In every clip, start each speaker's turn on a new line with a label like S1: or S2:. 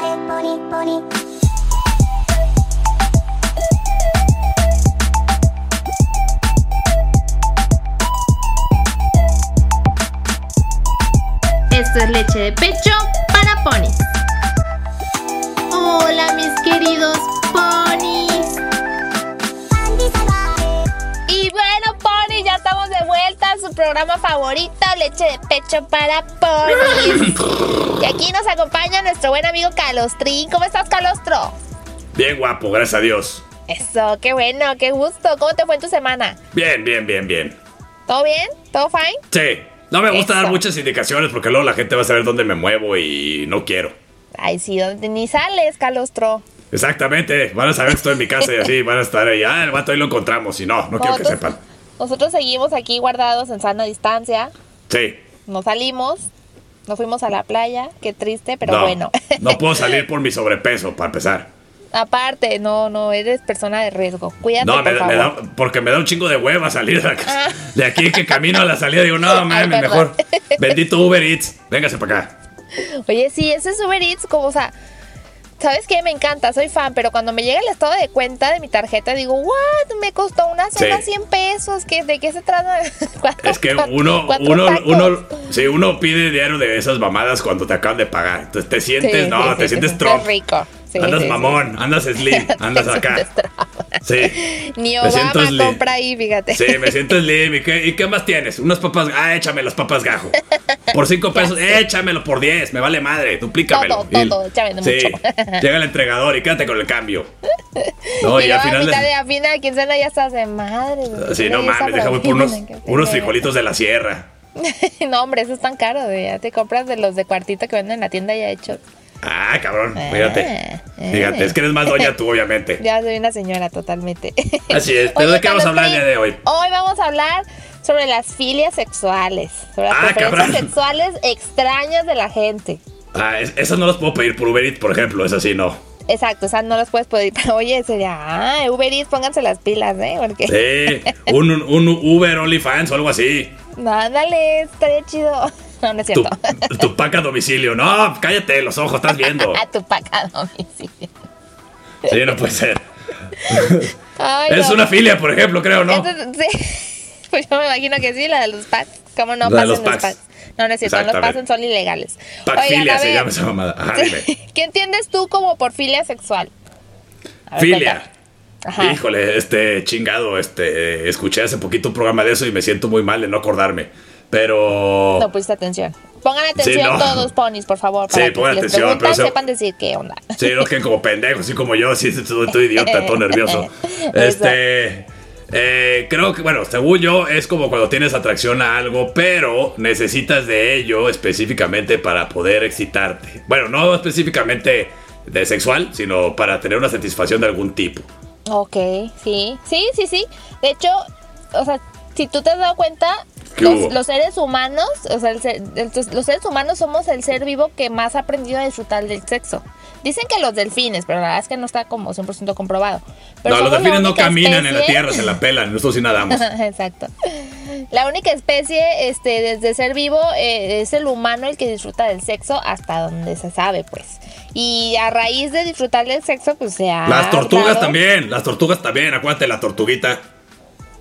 S1: pony, pony.
S2: Esto es leche de pecho para ponis. Hola mis queridos ponis.
S1: Andy se va.
S2: Y bueno, ponis, ya estamos de vuelta a su programa favorito, leche de pecho para ponis. y aquí nos acompaña nuestro buen amigo Calostrín. ¿Cómo estás, Calostro?
S3: Bien guapo, gracias a Dios.
S2: Eso, qué bueno, qué gusto. ¿Cómo te fue en tu semana?
S3: Bien, bien, bien, bien.
S2: ¿Todo bien? ¿Todo fine?
S3: Sí. No me gusta
S2: Eso.
S3: dar muchas indicaciones porque luego la gente va a saber dónde me muevo y no quiero.
S2: Ay, sí, ¿dónde ni sales, Calostro?
S3: Exactamente, van a saber que estoy en mi casa y así van a estar ahí. Ah, el vato ahí lo encontramos y no, no quiero que
S2: Nosotros-
S3: sepan.
S2: Nosotros seguimos aquí guardados en sana distancia.
S3: Sí.
S2: No salimos. No fuimos a la playa. Qué triste, pero
S3: no,
S2: bueno.
S3: no puedo salir por mi sobrepeso, para empezar.
S2: Aparte, no, no, eres persona de riesgo. Cuídate,
S3: No, me,
S2: por
S3: da- me
S2: favor.
S3: da, porque me da un chingo de hueva salir de, acá. de aquí que camino a la salida. Digo, no, mami,
S2: Ah. perdón.
S3: mejor. Bendito Uber Eats, véngase para acá.
S2: Oye, sí, ese es Uber Eats, como, o sea, ¿sabes qué? Me encanta, soy fan, pero cuando me llega el estado de cuenta de mi tarjeta, digo, ¿what? Me costó una cena
S3: Sí.
S2: 100 pesos, ¿qué- ¿de qué se trata? Cuatro-
S3: Es que uno,
S2: cuatro
S3: uno,
S2: tacos.
S3: uno, sí, uno pide diario de esas mamadas cuando te acaban de pagar. Entonces te
S2: Sí,
S3: sientes,
S2: sí,
S3: no,
S2: sí,
S3: te
S2: sí,
S3: sientes
S2: sí,
S3: Trump.
S2: estás rico. Sí,
S3: andas
S2: sí, sí.
S3: mamón, andas slim, andas acá.
S2: sientes
S3: Sí.
S2: Ni
S3: Me siento
S2: Obama
S3: slim.
S2: compra ahí, fíjate.
S3: Sí, me siento slim. ¿Y qué, y qué más tienes? Unas papas. Ah, échame las papas gajo. Por cinco pesos, échamelo por diez. Me vale madre, duplícamelo.
S2: Todo, todo, échame de
S3: sí,
S2: mucho.
S3: Llega el entregador y quédate con el cambio. No, y,
S2: y luego a
S3: al final.
S2: mitad
S3: les-
S2: de la final de quincena ya estás de madre. güey,
S3: Sí,
S2: ya
S3: no
S2: está
S3: mames, déjame
S2: prohibido,
S3: por unos,
S2: que se
S3: unos
S2: quede.
S3: frijolitos de la sierra.
S2: no, hombre, eso es tan caro. güey, Ya te compras de los de cuartito que venden en la tienda ya hechos.
S3: Ah, cabrón,
S2: Ah,
S3: fíjate.
S2: eh.
S3: Fíjate, es que eres más doña tú, obviamente.
S2: Ya soy una señora totalmente.
S3: Así es, pero
S2: Oye,
S3: ¿de qué vamos
S2: Carlos
S3: a hablar el día
S2: Frey,
S3: de hoy?
S2: Hoy vamos a hablar sobre las filias sexuales, sobre las
S3: Ah,
S2: preferencias
S3: cabrón.
S2: sexuales extrañas de la gente.
S3: Ah, es- esas no las puedo pedir por Uber Eats, por ejemplo, esas sí no.
S2: Exacto, o sea, no las puedes pedir. Pero oye, sería, ah, Uber Eats, pónganse las pilas, ¿eh? Porque,
S3: Sí, un, un- un Uber OnlyFans o algo así.
S2: no, ándale, estaría chido. No, no es
S3: Tu,
S2: cierto.
S3: tu pack a domicilio. No, cállate, los ojos, estás viendo.
S2: A tu pack a domicilio.
S3: Sí, no puede ser.
S2: Ay,
S3: Es
S2: no.
S3: una filia, por ejemplo, creo, ¿no?
S2: Entonces, sí. Pues yo me imagino que sí, la de los packs. ¿Cómo no
S3: La
S2: pasan
S3: de
S2: los
S3: los
S2: packs?
S3: packs.
S2: No, no es cierto, los
S3: Exactamente.
S2: pasan son ilegales.
S3: Packfilia
S2: a
S3: se
S2: ver,
S3: llama esa mamada. Ajá, dime.
S2: ¿Qué entiendes tú como por filia sexual? A ver,
S3: Filia.
S2: cuéntame. Ajá.
S3: Híjole, este chingado, este, eh, escuché hace poquito un programa de eso y me siento muy mal de no acordarme. Pero
S2: No pusiste atención. Pongan atención
S3: no.
S2: todos, ponis, por favor.
S3: Sí,
S2: para que
S3: pongan
S2: si les
S3: atención,
S2: preguntan,
S3: pero se-
S2: sepan decir qué onda.
S3: sí, no es que como pendejo, así como yo, sí estoy, estoy idiota, todo nervioso. Este, eh, creo que bueno, según yo es como cuando tienes atracción a algo, pero necesitas de ello específicamente para poder excitarte. Bueno, no específicamente de sexual, sino para tener una satisfacción de algún tipo.
S2: Ok, sí, sí, sí, sí. De hecho, o sea, si tú te has dado cuenta,
S3: ¿Qué hubo?
S2: los, los seres humanos, o sea, el ser- el- pues, los seres humanos somos el ser vivo que más ha aprendido a disfrutar del sexo. Dicen que los delfines, pero la verdad es que no está como 100% comprobado. Pero
S3: no, los
S2: somos la
S3: delfines no
S2: única
S3: caminan en la
S2: especie- Ah,
S3: tierra, se la pelan, nosotros sí nadamos.
S2: Exacto. La única especie, este, desde ser vivo, eh, es el humano el que disfruta del sexo hasta donde se sabe, pues. Y a raíz de disfrutar del sexo, pues se ha
S3: Las tortugas
S2: dado-
S3: también, las tortugas también, acuérdate, la tortuguita.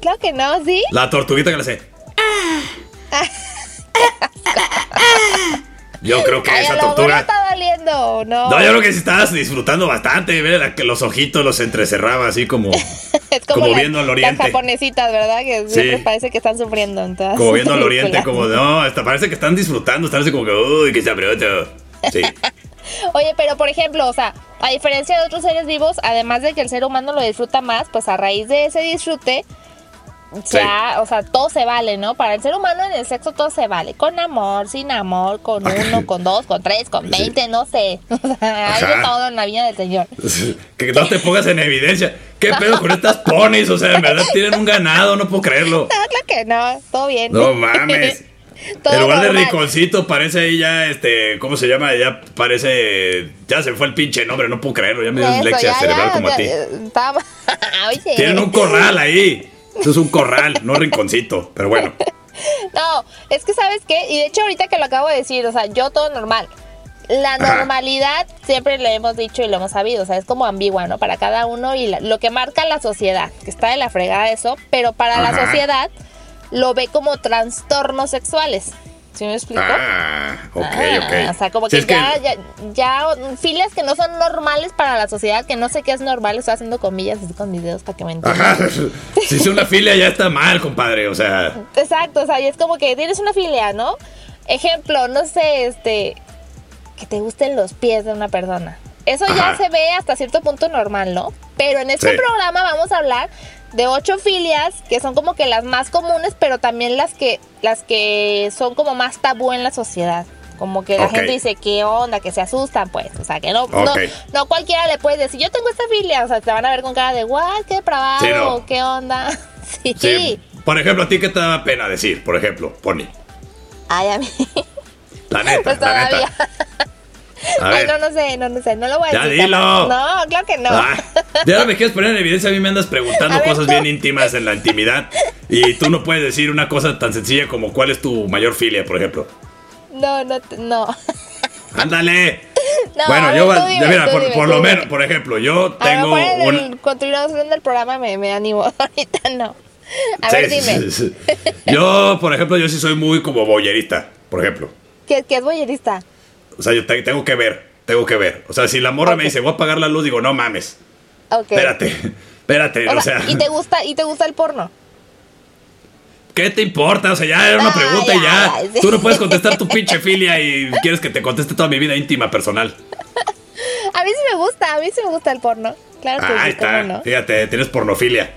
S2: Claro que no, sí.
S3: La tortuguita que le hace. Yo creo que
S2: Ay, a
S3: esa
S2: lo mejor
S3: tortuga.
S2: está doliendo, ¿no?
S3: No, yo creo que sí estabas disfrutando bastante. Mira la que los ojitos los entrecerraba así como,
S2: es
S3: como viendo al oriente.
S2: Las japonesitas, ¿verdad? Que
S3: Sí.
S2: siempre parece que están sufriendo. en todas
S3: como
S2: sus
S3: viendo al oriente,
S2: películas.
S3: como no, hasta parece que están disfrutando, están así como que, uy, que se abrió Sí.
S2: Oye, pero por ejemplo, o sea, a diferencia de otros seres vivos, además de que el ser humano lo disfruta más, pues a raíz de ese disfrute,
S3: Sí.
S2: ya, o sea, todo se vale, ¿no? Para el ser humano en el sexo todo se vale. Con amor, sin amor, con uno, con dos, con tres, con
S3: Sí.
S2: veinte, no sé. O sea, hay de
S3: Ajá.
S2: todo en la vida del señor.
S3: Que no te pongas en evidencia. ¿Qué pedo con estas ponis? O sea, en verdad tienen un ganado, no puedo creerlo.
S2: No, claro que no, todo bien.
S3: No mames.
S2: Todo
S3: en lugar de
S2: normal.
S3: Riconcito parece ahí ya, este, ¿cómo se llama? Ya parece, ya se fue el pinche nombre, no puedo creerlo, ya me dio
S2: Eso,
S3: dislexia
S2: ya,
S3: cerebral
S2: ya,
S3: como
S2: ya,
S3: a ti.
S2: está mal. Oye.
S3: Tienen un corral ahí. Eso es un corral, no rinconcito, pero bueno.
S2: No, es que sabes qué, y de hecho ahorita que lo acabo de decir, o sea, yo todo normal. La
S3: Ajá.
S2: normalidad siempre lo hemos dicho y lo hemos sabido, o sea, es como ambigua, ¿no? Para cada uno y la- lo que marca la sociedad, que está de la fregada eso, pero para la
S3: Ajá.
S2: sociedad lo ve como trastornos sexuales. ¿Sí me explico?
S3: Ah, ok,
S2: Ah,
S3: ok.
S2: O sea, como
S3: Sí,
S2: que,
S3: es
S2: ya, ya, ya filias que no son normales para la sociedad, que no sé qué es normal, estoy haciendo comillas así con mis dedos para que me entiendan.
S3: Ajá. Si es una filia ya está mal, compadre. O sea.
S2: Exacto, o sea, y es como que tienes una filia, ¿no? Ejemplo, no sé, este, que te gusten los pies de una persona. Eso ya
S3: Ajá.
S2: se ve hasta cierto punto normal, ¿no? Pero en este
S3: Sí.
S2: programa vamos a hablar de ocho filias que son como que las más comunes, pero también las que las que son como más tabú en la sociedad. Como que la
S3: Ok.
S2: gente dice, ¿qué onda? Que se asustan, pues. O sea, que no, no-
S3: Ok.
S2: no, cualquiera le puede decir, yo tengo esta filia. O sea, te van a ver con cara de, ¿what? ¿Qué depravado?
S3: Sí, no.
S2: ¿Qué onda? Sí.
S3: sí. Por ejemplo, ¿a ti qué te da pena decir? Por ejemplo, Pony.
S2: Ay, a mí.
S3: La neta,
S2: Pues
S3: la
S2: todavía.
S3: neta. A
S2: Ay,
S3: ver.
S2: no, no sé, no, no sé, no lo voy a
S3: Ya
S2: decir.
S3: dilo.
S2: No, claro que no.
S3: Ah, ya no me quieres poner en evidencia, a mí me andas preguntando
S2: A ver,
S3: cosas
S2: tú.
S3: bien íntimas en la intimidad y tú no puedes decir una cosa tan sencilla como cuál es tu mayor filia, por ejemplo.
S2: No, no, te- no.
S3: Ándale.
S2: No,
S3: bueno,
S2: a ver,
S3: yo
S2: tú dime,
S3: ya mira,
S2: tú
S3: por,
S2: dime,
S3: por
S2: tú
S3: lo
S2: dime.
S3: menos, por ejemplo, yo
S2: A lo
S3: tengo
S2: mejor en
S3: un
S2: el continuación del programa me, me animo. Ahorita no. A ver,
S3: Sí,
S2: dime.
S3: sí, sí, sí. Yo, por ejemplo, yo sí soy muy como boyerista, por ejemplo.
S2: ¿Qué, qué es boyerista?
S3: O sea, yo te- tengo que ver, tengo que ver. O sea, si la morra
S2: Ok.
S3: me dice, voy a apagar la luz, digo, no mames,
S2: Ok.
S3: espérate, espérate,
S2: O
S3: o
S2: sea,
S3: sea,
S2: ¿y te gusta, y te gusta el porno?
S3: ¿qué te importa? O sea, ya era una
S2: Ah, ya,
S3: pregunta y ya.
S2: ya, sí.
S3: Tú no puedes contestar tu pinche filia y quieres que te conteste toda mi vida íntima personal.
S2: A mí sí me gusta, a mí sí me gusta el porno. Claro que
S3: Ah, ahí
S2: sí, pues, ¿cómo
S3: está.
S2: no?
S3: Fíjate, tienes pornofilia.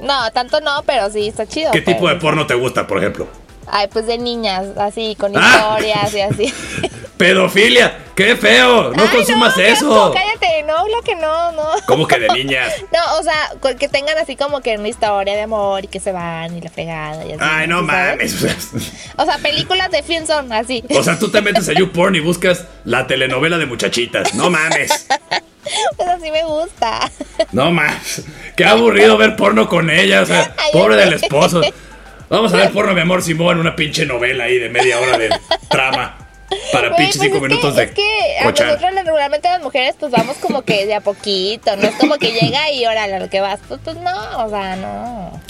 S2: No, tanto no, pero sí, está chido.
S3: ¿Qué
S2: pues.
S3: tipo de porno te gusta, por ejemplo?
S2: Ay, pues de niñas, así, con
S3: Ah.
S2: historias y así.
S3: ¡Pedofilia! ¡Qué feo! ¡No
S2: Ay,
S3: consumas
S2: no, qué asco,
S3: eso!
S2: Cállate, no, lo que no, no.
S3: ¿Cómo que de niñas?
S2: No, o sea, con- que tengan así como que una historia de amor y que se van y la fregada y así.
S3: Ay, no
S2: ¿sí sabes?
S3: mames. o sea,
S2: O sea, películas de film son así.
S3: O sea, tú te metes a YouPorn y buscas la telenovela de muchachitas. No mames.
S2: Pues así me gusta.
S3: No mames. Qué aburrido ver porno con ella. O sea,
S2: Ay,
S3: pobre
S2: ya
S3: del
S2: sé.
S3: esposo. Vamos a ver porno, mi amor Simón, una pinche novela ahí de media hora de trama. Para
S2: Güey,
S3: pinches
S2: pues
S3: cinco
S2: es
S3: minutos
S2: que,
S3: de
S2: Es que a
S3: cochar.
S2: nosotros regularmente las mujeres pues vamos como que de a poquito, no es como que llega y órale, a lo que vas, pues, pues no, o sea, no,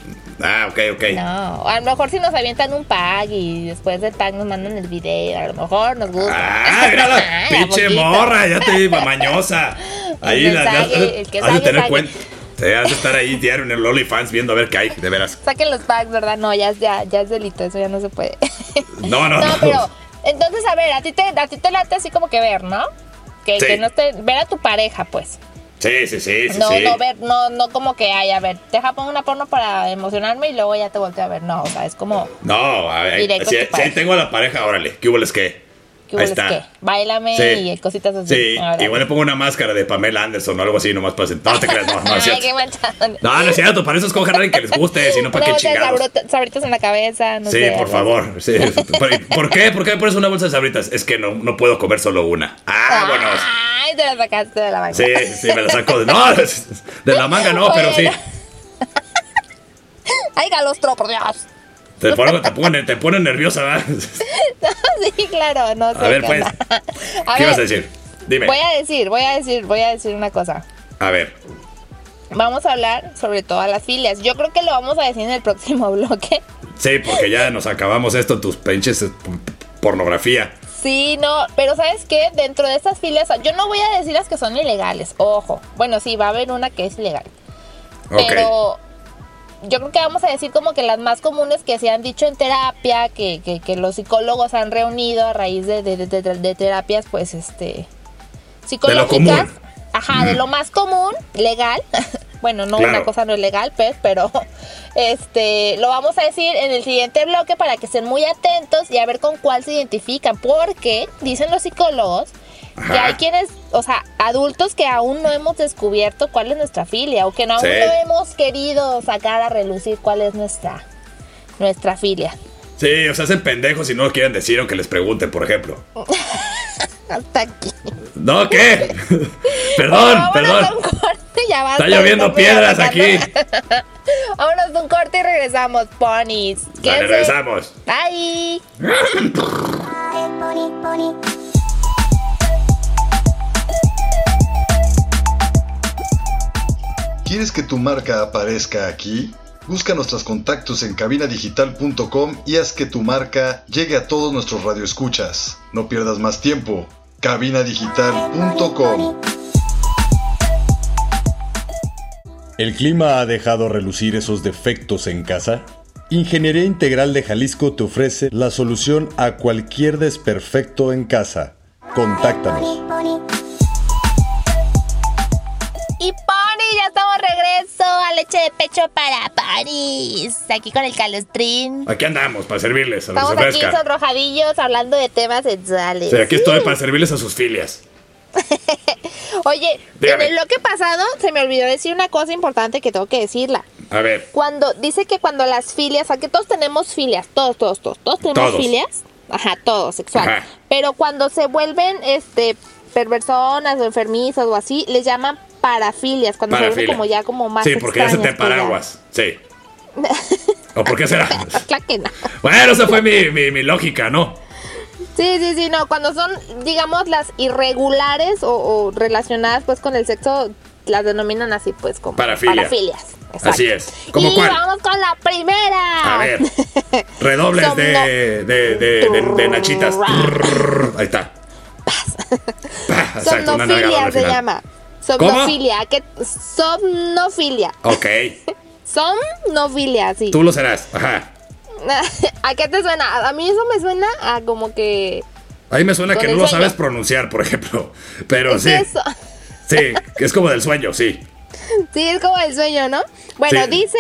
S3: Ah, ok, ok.
S2: no. O a lo mejor si nos avientan un pack y después del pack nos mandan el video, a lo mejor nos gusta.
S3: Ah, mira la
S2: Ay, a
S3: pinche
S2: poquito.
S3: morra, ya te digo, mañosa. Ahí
S2: El
S3: la, la-
S2: mensaje, el que
S3: has de
S2: sabe,
S3: tener
S2: sabe.
S3: cuenta. Te has de estar ahí diario en el OnlyFans viendo a ver qué hay, de veras.
S2: Saquen los packs, ¿verdad? No, ya es, ya, ya es delito, eso ya no se puede.
S3: No, no,
S2: No,
S3: no.
S2: pero entonces, a ver, a ti te, a ti te late así como que ver, ¿no? Que,
S3: Sí.
S2: que no te, ver a tu pareja, pues.
S3: Sí, sí, sí, sí.
S2: no,
S3: sí.
S2: no ver, no, no como que, ay, a ver, deja poner una porno para emocionarme y luego ya te volteo a ver. No, o sea, es como,
S3: No, a ver,
S2: Directo
S3: si,
S2: a tu
S3: si
S2: pareja.
S3: ahí tengo a la pareja, órale, ¿qué hubo les qué?
S2: ¿qué
S3: Ahí
S2: hubo,
S3: está.
S2: qué? Bailame
S3: Sí.
S2: y cositas así.
S3: Sí,
S2: Ahora.
S3: igual le pongo una máscara de Pamela Anderson o algo así, nomás para sentar. No te creas, no, no
S2: Ay,
S3: es
S2: qué
S3: cierto.
S2: manchón.
S3: No, no es cierto, para eso escojan a alguien que les guste, si no, ¿para qué
S2: Una bolsa de
S3: chingados?
S2: sabrota- sabritas en la cabeza, no
S3: Sí,
S2: sé,
S3: por
S2: algo
S3: favor. sí. ¿Por, por qué? ¿Por qué me pones una bolsa de sabritas? Es que no, no puedo comer solo una.
S2: así.
S3: Ah, bueno.
S2: Ay, te la sacaste de la banca.
S3: Sí, sí, me la saco. de- No, de la manga no, pero sí.
S2: Ay, galostro, por Dios.
S3: Te ponen, te ponen, te ponen nerviosa, ¿verdad?
S2: sí, claro, no sé.
S3: A ver,
S2: qué
S3: pues.
S2: onda. A
S3: ¿Qué
S2: ver,
S3: ibas a decir? Dime.
S2: Voy a decir, voy a decir, voy a decir una cosa.
S3: A ver.
S2: Vamos a hablar sobre todas las filias. Yo creo que lo vamos a decir en el próximo bloque.
S3: Sí, porque ya nos acabamos esto, tus pinches eh, pornografía.
S2: Sí, no, pero ¿sabes qué? Dentro de estas filias, yo no voy a decir las que son ilegales, ojo. Bueno, sí, va a haber una que es ilegal.
S3: Ok.
S2: Pero yo creo que vamos a decir como que las más comunes que se han dicho en terapia, que, que, que los psicólogos han reunido a raíz de, de- de- de- de terapias, pues, este, psicológicas.
S3: común.
S2: Ajá, de lo más común, legal. bueno, no, una
S3: Claro.
S2: cosa no es legal, pues, pero este, lo vamos a decir en el siguiente bloque para que estén muy atentos y a ver con cuál se identifican. Porque dicen los psicólogos que
S3: Ajá.
S2: hay quienes, o sea, adultos que aún no hemos descubierto cuál es nuestra filia o que no, aún
S3: Sí.
S2: no hemos querido sacar a relucir cuál es nuestra, nuestra filia.
S3: Sí, o sea, hacen pendejos si no lo quieren decir o que les pregunten, por ejemplo.
S2: Hasta aquí.
S3: No, ¿qué? perdón,
S2: Vámonos
S3: perdón.
S2: a un corte, ya basta,
S3: Está lloviendo
S2: estamos ya
S3: piedras aquí.
S2: atacando. Vámonos a un corte y regresamos, ponis.
S3: Dale,
S2: Quédense.
S3: regresamos.
S2: Bye.
S1: pony, pony.
S4: ¿Quieres que tu marca aparezca aquí? Busca nuestros contactos en cabinadigital.com y haz que tu marca llegue a todos nuestros radioescuchas. No pierdas más tiempo. cabinadigital.com
S5: ¿El clima ha dejado relucir esos defectos en casa? Ingeniería Integral de Jalisco te ofrece la solución a cualquier desperfecto en casa. Contáctanos.
S2: Y Pony, ya estamos regreso a leche de pecho para París. Aquí con el calostrín.
S3: Aquí andamos para servirles a los
S2: Estamos aquí
S3: refresca.
S2: sonrojadillos hablando de temas sexuales.
S3: Sí, aquí estoy para servirles a sus filias.
S2: Oye,
S3: Dígame.
S2: en el bloque pasado se me olvidó decir una cosa importante que tengo que decirla.
S3: A ver,
S2: Cuando dice que cuando las filias, o sea, que todos tenemos filias, todos, todos, todos, todos tenemos
S3: Todos.
S2: filias. Ajá, todos, sexual.
S3: Ajá.
S2: Pero cuando se vuelven este perversonas o enfermizas o así, les llaman parafilias, cuando se
S3: parafilia.
S2: vuelven como ya como más
S3: Sí, porque ya se te
S2: extrañas, pues, que
S3: paraguas. Sí. ¿O por qué será?
S2: Ah, Claro que no.
S3: Bueno, esa fue mi, mi- mi lógica, ¿no?
S2: Sí, sí, sí, no, cuando son, digamos, las irregulares o, o relacionadas pues con el sexo, las denominan así pues como
S3: Parafilia.
S2: parafilias. exacto.
S3: Así es. ¿Cómo
S2: y
S3: cuál?
S2: vamos con la primera.
S3: A ver. Redobles
S2: Somno-
S3: de, de, de, de- de nachitas. Ahí está. Pah, exacto, una nalgada
S2: Somnofilia
S3: al
S2: se
S3: final.
S2: llama. Somnofilia, que somnofilia.
S3: Ok,
S2: Somnofilia, sí.
S3: tú lo serás. Ajá.
S2: ¿A qué te suena? A- A mí eso me suena a como que
S3: Ahí me suena
S2: Con
S3: que
S2: el
S3: no lo
S2: sueño.
S3: sabes pronunciar, por ejemplo. Pero
S2: es
S3: Pues sí.
S2: eso.
S3: Sí, es como del sueño, sí.
S2: Sí, es como el sueño, ¿no? Bueno,
S3: Sí.
S2: dice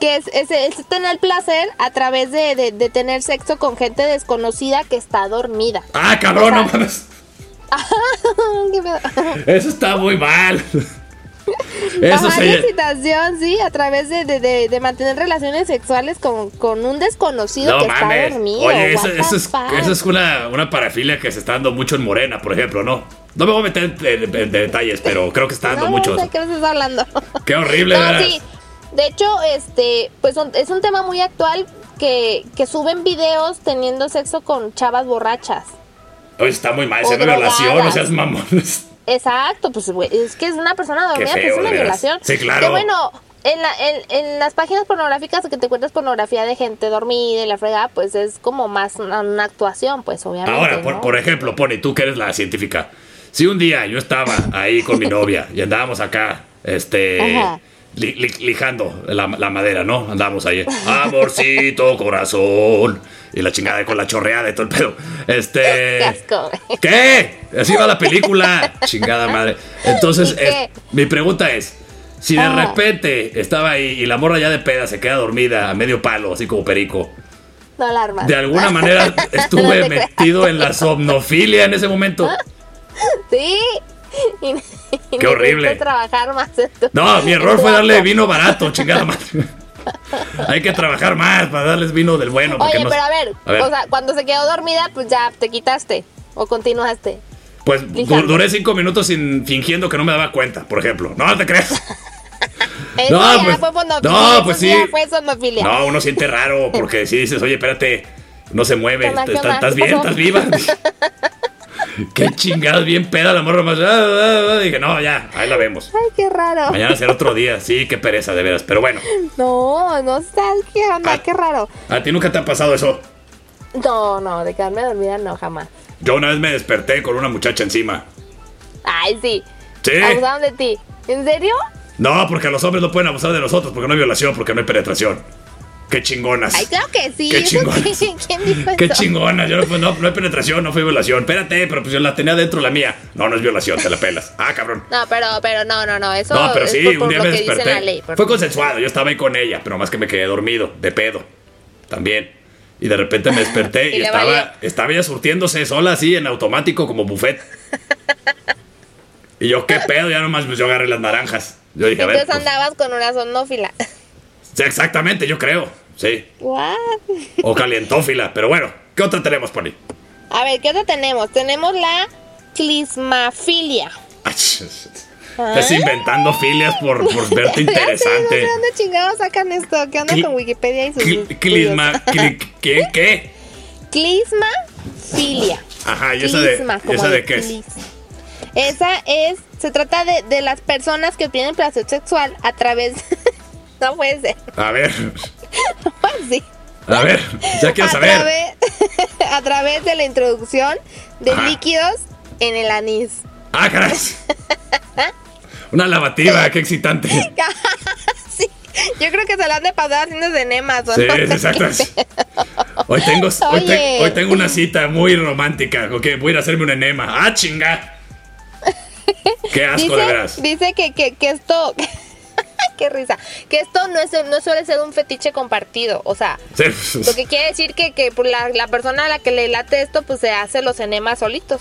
S2: que es, es- es tener placer a través de, de- de tener sexo con gente desconocida que está dormida.
S3: Ah, cabrón, no mames.
S2: Qué pedo.
S3: Eso está muy mal. Eso
S2: Bajar la
S3: se.
S2: excitación, sí, a través de, de- de- de mantener relaciones sexuales con, con un desconocido
S3: No
S2: que
S3: mames.
S2: está dormido.
S3: Oye, eso,
S2: what the
S3: eso es,
S2: fuck.
S3: eso es una, una parafilia que se está dando mucho en Morena, por ejemplo, ¿no? No me voy a meter en, en- en detalles, pero creo que está dando
S2: No,
S3: mucho.
S2: No sé qué me estás hablando.
S3: Qué horrible,
S2: No,
S3: ¿verdad?
S2: sí. De hecho, este, pues son- es un tema muy actual que, que suben videos teniendo sexo con chavas borrachas.
S3: Oye, está muy mal.
S2: O
S3: Es una violación, o
S2: drogadas.
S3: sea, es mamones.
S2: Exacto, pues güey, es que es una persona dormida,
S3: Qué
S2: pues es
S3: feo,
S2: una
S3: de veras.
S2: violación.
S3: Sí, claro.
S2: Que bueno, en, la- en, en las páginas pornográficas que te encuentras pornografía de gente dormida y la fregada, pues es como más una, una actuación, pues obviamente.
S3: Ahora, por,
S2: ¿no?
S3: por ejemplo, Pony, tú que eres la científica. Si un día yo estaba ahí con mi novia y andábamos acá, este.
S2: Ajá.
S3: li- li- lijando la, la madera, ¿no? Andábamos ahí. Amorcito, corazón. Y la chingada con la chorreada y todo el pedo. Este.
S2: Qué asco, güey.
S3: ¿Qué? Así va la película. Chingada madre. Entonces,
S2: ¿Y qué?
S3: eh, mi pregunta es: si de
S2: Ah.
S3: repente estaba ahí y la morra ya de peda se queda dormida a medio palo, así como perico.
S2: No la armas.
S3: De alguna manera
S2: No
S3: estuve
S2: te creas.
S3: metido en la somnofilia en ese momento.
S2: Sí. Y- y
S3: Qué horrible.
S2: necesitas trabajar más en tu-
S3: No, mi
S2: en
S3: error
S2: tu
S3: fue darle
S2: acto.
S3: vino barato, chingada madre. Hay que trabajar más para darles vino del bueno. porque
S2: Oye,
S3: no-
S2: pero a ver, o sea, cuando se quedó dormida, pues ya te quitaste o continuaste.
S3: pues
S2: fíjate.
S3: du- duré cinco minutos sin, fingiendo que no me daba cuenta, por ejemplo. No te creas.
S2: Eso
S3: No,
S2: ya
S3: pues-
S2: fue fonofilia,
S3: no,
S2: eso
S3: pues
S2: ya
S3: sí.
S2: fue sonofilia.
S3: No, uno siente raro porque si dices, oye, espérate, no se mueve,
S2: ¿Qué onda,
S3: ¿estás
S2: qué onda?
S3: estás
S2: ¿Qué
S3: bien?
S2: pasó?
S3: ¿Estás viva? Qué chingados, bien peda la morra más. ah, ah, ah. Dije, no, ya, ahí la vemos.
S2: Ay, qué raro.
S3: Mañana será otro día, sí, qué pereza, de veras. Pero bueno,
S2: No, no sabes qué onda,
S3: Ah.
S2: qué raro.
S3: ¿a ti nunca te ha pasado eso?
S2: No, no, de quedarme dormida no, jamás.
S3: Yo una vez me desperté con una muchacha encima.
S2: Ay, sí.
S3: ¿Sí?
S2: Abusaron de ti. ¿En serio?
S3: No, porque los hombres no pueden abusar de nosotros, porque no hay violación, porque no hay penetración. Qué chingonas.
S2: Ay, claro pues, que sí.
S3: Qué
S2: eso
S3: chingones.
S2: sí, ¿Quién dijo
S3: Qué
S2: eso?
S3: chingonas. Yo no, pues, no, no hay penetración, no fue violación. Espérate, pero pues yo la tenía dentro la mía. No, no es violación, te la pelas. Ah, cabrón.
S2: No, pero, pero no, no, no, eso
S3: No, pero
S2: es
S3: sí,
S2: por, por
S3: un día
S2: lo
S3: me
S2: que dice la ley.
S3: desperté.
S2: por-
S3: Fue consensuado, yo estaba ahí con ella, pero más que me quedé dormido, de pedo. También. Y de repente me desperté
S2: Y
S3: y,
S2: le valió.
S3: estaba, estaba ella surtiéndose sola así en automático como buffet. y yo, ¿qué pedo? Ya nomás pues, yo agarré las naranjas. Yo dije, a ver.
S2: Entonces
S3: pues,
S2: andabas con una sonófila.
S3: sí, exactamente, yo creo. Sí.
S2: What?
S3: O calientófila, pero bueno. ¿Qué otra tenemos, Pony?
S2: A ver, ¿qué otra tenemos? Tenemos la clismafilia.
S3: Ach, Estás inventando filias por, por verte
S2: Ya sé, no sé
S3: interesante.
S2: dónde chingados sacan esto. ¿Qué onda
S3: Cli-
S2: con Wikipedia y sus
S3: Cl-
S2: estudios?
S3: Clisma. cli- ¿Qué? ¿Qué?
S2: Clismafilia.
S3: Ajá, ¿y esa de,
S2: Clisma, como
S3: esa de qué es?
S2: clis. Esa es Se trata de, de las personas que obtienen placer sexual a través. no puede ser.
S3: A ver,
S2: Pues sí.
S3: a ver, ya quiero
S2: a
S3: saber.
S2: Través, a través de la introducción de
S3: Ajá.
S2: líquidos en el anís.
S3: ¡Ah, caray! Una lavativa, qué excitante.
S2: sí. Yo creo que se la han de pasar haciendo enemas. ¿o
S3: Sí,
S2: no?
S3: es exacto. Hoy tengo, hoy, te-
S2: Oye.
S3: hoy tengo una cita muy romántica. Ok, voy a ir a hacerme un enema. ¡Ah, chinga! ¡Qué asco, de veras!
S2: dice, dice que, que, que esto. Qué risa. Que esto no, es, no suele ser un fetiche compartido. O sea,
S3: Sí,
S2: lo que quiere decir que, que por la, la persona a la que le late esto, pues se hace los enemas solitos.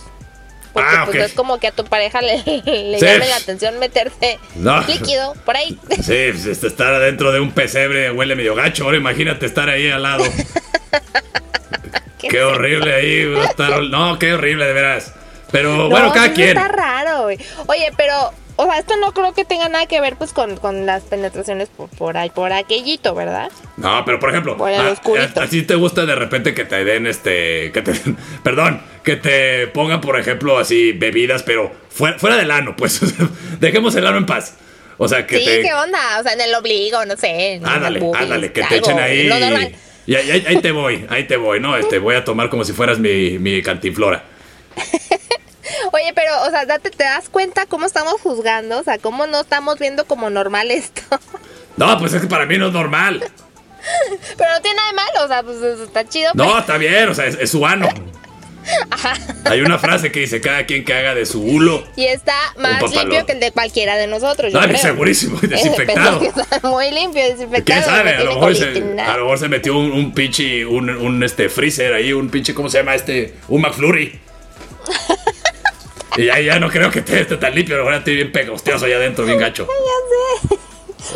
S2: Porque
S3: Ah,
S2: pues
S3: ok.
S2: no es como que a tu pareja le, le
S3: Sí.
S2: llame la atención meterte
S3: No.
S2: líquido por ahí.
S3: Sí, pues, este, estar dentro de un pesebre huele medio gacho. Ahora imagínate estar ahí al lado. qué horrible ahí. bro, estar- No, qué horrible, de veras. Pero bueno,
S2: No,
S3: cada
S2: sí
S3: quien.
S2: Está raro, güey. Oye, pero, o sea, esto no creo que tenga nada que ver pues con, con las penetraciones por, por ahí, por aquellito, ¿verdad?
S3: No, pero por ejemplo,
S2: Por el
S3: a-
S2: oscurito.
S3: a- así te gusta de repente que te den este, que te, perdón, que te pongan por ejemplo así bebidas, pero fuera, fuera del ano, pues, o sea, dejemos el ano en paz. O sea, que
S2: sí,
S3: te, Ah,
S2: qué onda, o sea, en el obligo, no sé. en
S3: ándale,
S2: las boobies,
S3: ándale, que te
S2: algo,
S3: echen ahí.
S2: Lo normal.
S3: y ahí, ahí- ahí te voy, ahí te voy, no, este, voy a tomar como si fueras mi, mi cantinflora.
S2: Oye, pero, o sea, date, ¿te das cuenta cómo estamos juzgando? O sea, cómo no estamos viendo como normal esto.
S3: No, pues es que para mí no es normal.
S2: pero no tiene nada de malo, o sea, pues eso está chido.
S3: No, está bien, o sea, es, es su ano. Hay una frase que dice cada quien que haga de su hulo.
S2: Y está más
S3: papalón.
S2: limpio que el de cualquiera de nosotros. yo
S3: Dale,
S2: creo.
S3: segurísimo, y
S2: Eh,
S3: desinfectado.
S2: pensé que está muy limpio, desinfectado.
S3: ¿Quién sabe?
S2: no
S3: A lo,
S2: Pues tiene
S3: mejor se,
S2: COVID,
S3: a
S2: nada.
S3: lo mejor se metió un, un pinche, un, un, este freezer ahí, un pinche, ¿cómo se llama este? Un McFlurry. y ya, ya no creo que te esté tan limpio, ahora estoy bien pegosteoso allá adentro, bien gacho. ya sé.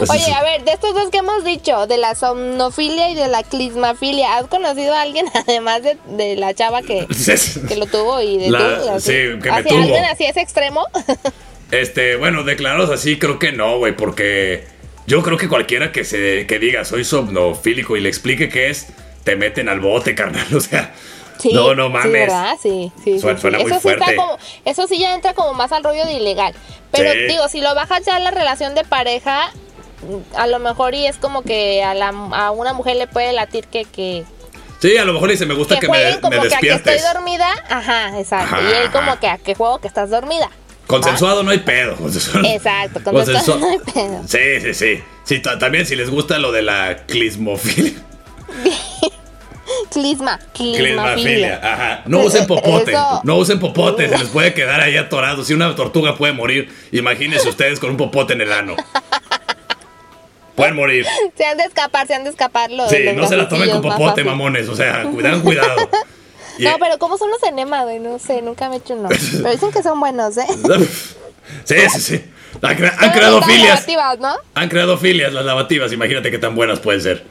S2: Oye, a ver, de estos dos que hemos dicho, de la somnofilia y de la clismafilia, ¿has conocido a alguien además de, de la chava que, que lo tuvo y de
S3: La-
S2: tú? así?
S3: sí, que me
S2: ¿Hacia
S3: tuvo.
S2: alguien así es extremo?
S3: Este, bueno, declarados así, creo que no, güey, porque yo creo que cualquiera que se que diga soy somnofílico y le explique qué es, te meten al bote, carnal. O sea, no, no
S2: Sí,
S3: mames.
S2: ¿verdad? Sí, sí, sí,
S3: Suena-
S2: sí.
S3: suena muy
S2: eso sí está
S3: fuerte.
S2: como- eso sí ya entra como más al rollo de ilegal. Pero
S3: Sí.
S2: digo, si lo bajas ya a la relación de pareja, a lo mejor y es como que a, la, a una mujer le puede latir que... que
S3: sí, a lo mejor dice, me gusta que,
S2: que
S3: me,
S2: jueguen
S3: me
S2: como que a que estoy
S3: despiertes.
S2: dormida, ajá, exacto.
S3: Ajá,
S2: y él como
S3: ajá.
S2: que a que juego que estás dormida. ¿va?
S3: Consensuado no hay pedo. Consensuado-
S2: Exacto,
S3: Pues
S2: consensuado no hay pedo.
S3: Sí, sí, sí. Sí, ta- también si les gusta lo de la clismofilia.
S2: Clisma,
S3: Clismafilia,
S2: clismafilia.
S3: ajá. No usen popote,
S2: Eso.
S3: no usen popote, se les puede quedar ahí atorados. Si una tortuga puede morir, imagínense ustedes con un popote en el ano. Pueden morir.
S2: Se han de escapar, se han de escapar los.
S3: Sí,
S2: los
S3: no se la tomen con
S2: gafecillos más
S3: popote,
S2: fácil.
S3: mamones. O sea, cuidan, cuidado. Y-
S2: No, pero ¿cómo son los enemas, güey? No sé, nunca me he hecho uno. Pero dicen que son buenos, ¿eh?
S3: Sí, sí, sí. Han, cre- han
S2: Pero
S3: creado
S2: están
S3: filias.
S2: negativas, ¿no?
S3: Han creado filias las lavativas, imagínate qué tan buenas pueden ser.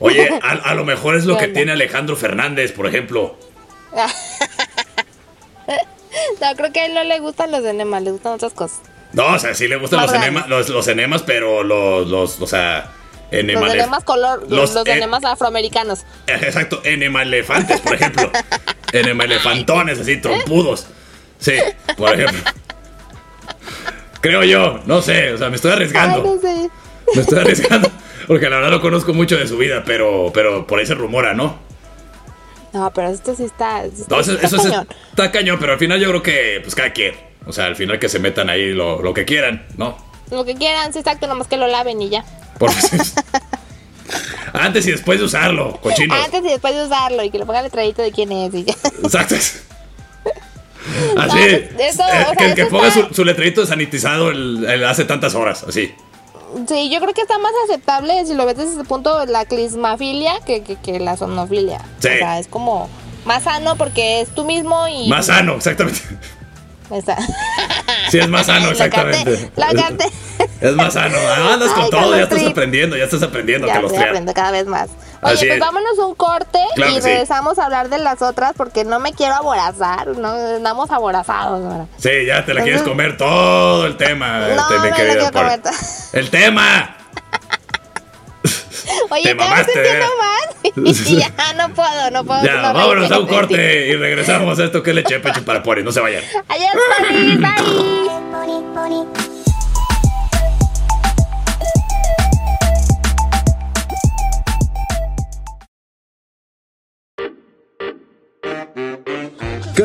S3: Oye, a, a lo mejor es lo que
S2: Bueno.
S3: tiene Alejandro Fernández, por ejemplo.
S2: No, creo que a él no le gustan los enemas, le gustan otras cosas.
S3: No, o sea, sí le gustan los
S2: Más
S3: enemas, los, los enemas, pero los, los, o sea,
S2: Los
S3: enemales-
S2: enemas color, los,
S3: los e- en-
S2: enemas afroamericanos.
S3: Exacto, enemalefantes, por ejemplo. Enemalefantones, así, trompudos. Sí, por ejemplo. Creo yo, no sé, o sea, me estoy
S2: Ay,
S3: arriesgando.
S2: no sé.
S3: Me estoy arriesgando. Porque la verdad no conozco mucho de su vida, pero, pero por ahí se rumora, ¿no?
S2: No, pero esto sí está.
S3: No, eso,
S2: está
S3: eso es-
S2: cañón.
S3: está cañón, pero al final yo creo que, pues cada quien. O sea, al final que se metan ahí lo, lo que quieran, ¿no?
S2: Lo que quieran, sí, exacto, nomás que lo laven y ya.
S3: Por Antes y después de usarlo, cochinos.
S2: Antes y después de usarlo y que le pongan el trayito de quién es y ya.
S3: Exacto. Así.
S2: pues, eso,
S3: eh,
S2: o sea,
S3: que, que
S2: eso
S3: ponga
S2: está-
S3: su, su letrerito sanitizado el- el hace tantas horas, así.
S2: Sí, yo creo que está más aceptable si lo ves desde ese punto la clismafilia que, que, que la somnofilia.
S3: Sí.
S2: O sea, es como más sano porque es tú mismo y.
S3: Más sano, exactamente.
S2: Está.
S3: Sí, es más sano,
S2: La canté,
S3: exactamente.
S2: la canté.
S3: Es más sano. Ah, andas con
S2: Ay,
S3: todo,
S2: Carlos
S3: ya estás
S2: Trip.
S3: aprendiendo, ya estás aprendiendo
S2: Ya
S3: que los
S2: estoy
S3: crean.
S2: aprendiendo cada vez más. Oye,
S3: Así
S2: pues
S3: es.
S2: vámonos un corte
S3: Claro
S2: y
S3: que sí.
S2: regresamos a hablar de las otras porque no me quiero aborazar. No andamos aborazados ahora.
S3: Sí, ya te la quieres comer todo el tema,
S2: No,
S3: este, mi
S2: me la
S3: querida
S2: quiero
S3: Paula.
S2: comer toda.
S3: ¡El tema!
S2: Oye,
S3: Te
S2: cada vez
S3: mamaste,
S2: entiendo
S3: ¿eh?
S2: más. Y ya, no puedo, no puedo.
S3: Ya,
S2: no
S3: vámonos a
S2: reírme de
S3: un
S2: ti.
S3: corte y regresamos a esto que es leche de pecho para pobres. No se vayan.
S2: Adiós, Poli, bye.
S1: Pony, pony.
S3: ¿Qué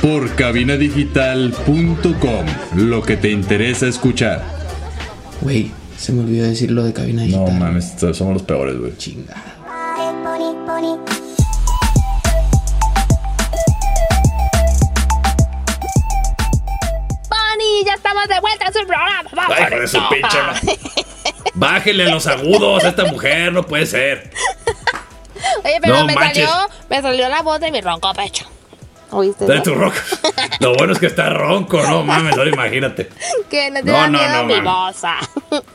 S6: Por cabinadigital.com. Lo que te interesa escuchar.
S7: Güey, se me olvidó decir lo de cabina
S6: No
S7: digital.
S6: mames, somos los peores, güey.
S7: Chingada.
S1: Pony, pony.
S2: Pony, ya estamos de vuelta en su programa. Vamos,
S3: Ay, hijo de su pinche madre. Bájele a los agudos a esta mujer, no puede ser.
S2: Oye, pero
S3: No
S2: me
S3: manches.
S2: salió, me salió la voz de mi ronco pecho. ¿Oíste?
S3: Trae
S2: no?
S3: tu ronco. Lo bueno es que está ronco, no mames, ahora imagínate.
S2: Que no te
S3: No,
S2: da
S3: no,
S2: miedo
S3: no,
S2: mi
S3: mami.
S2: voz. ah.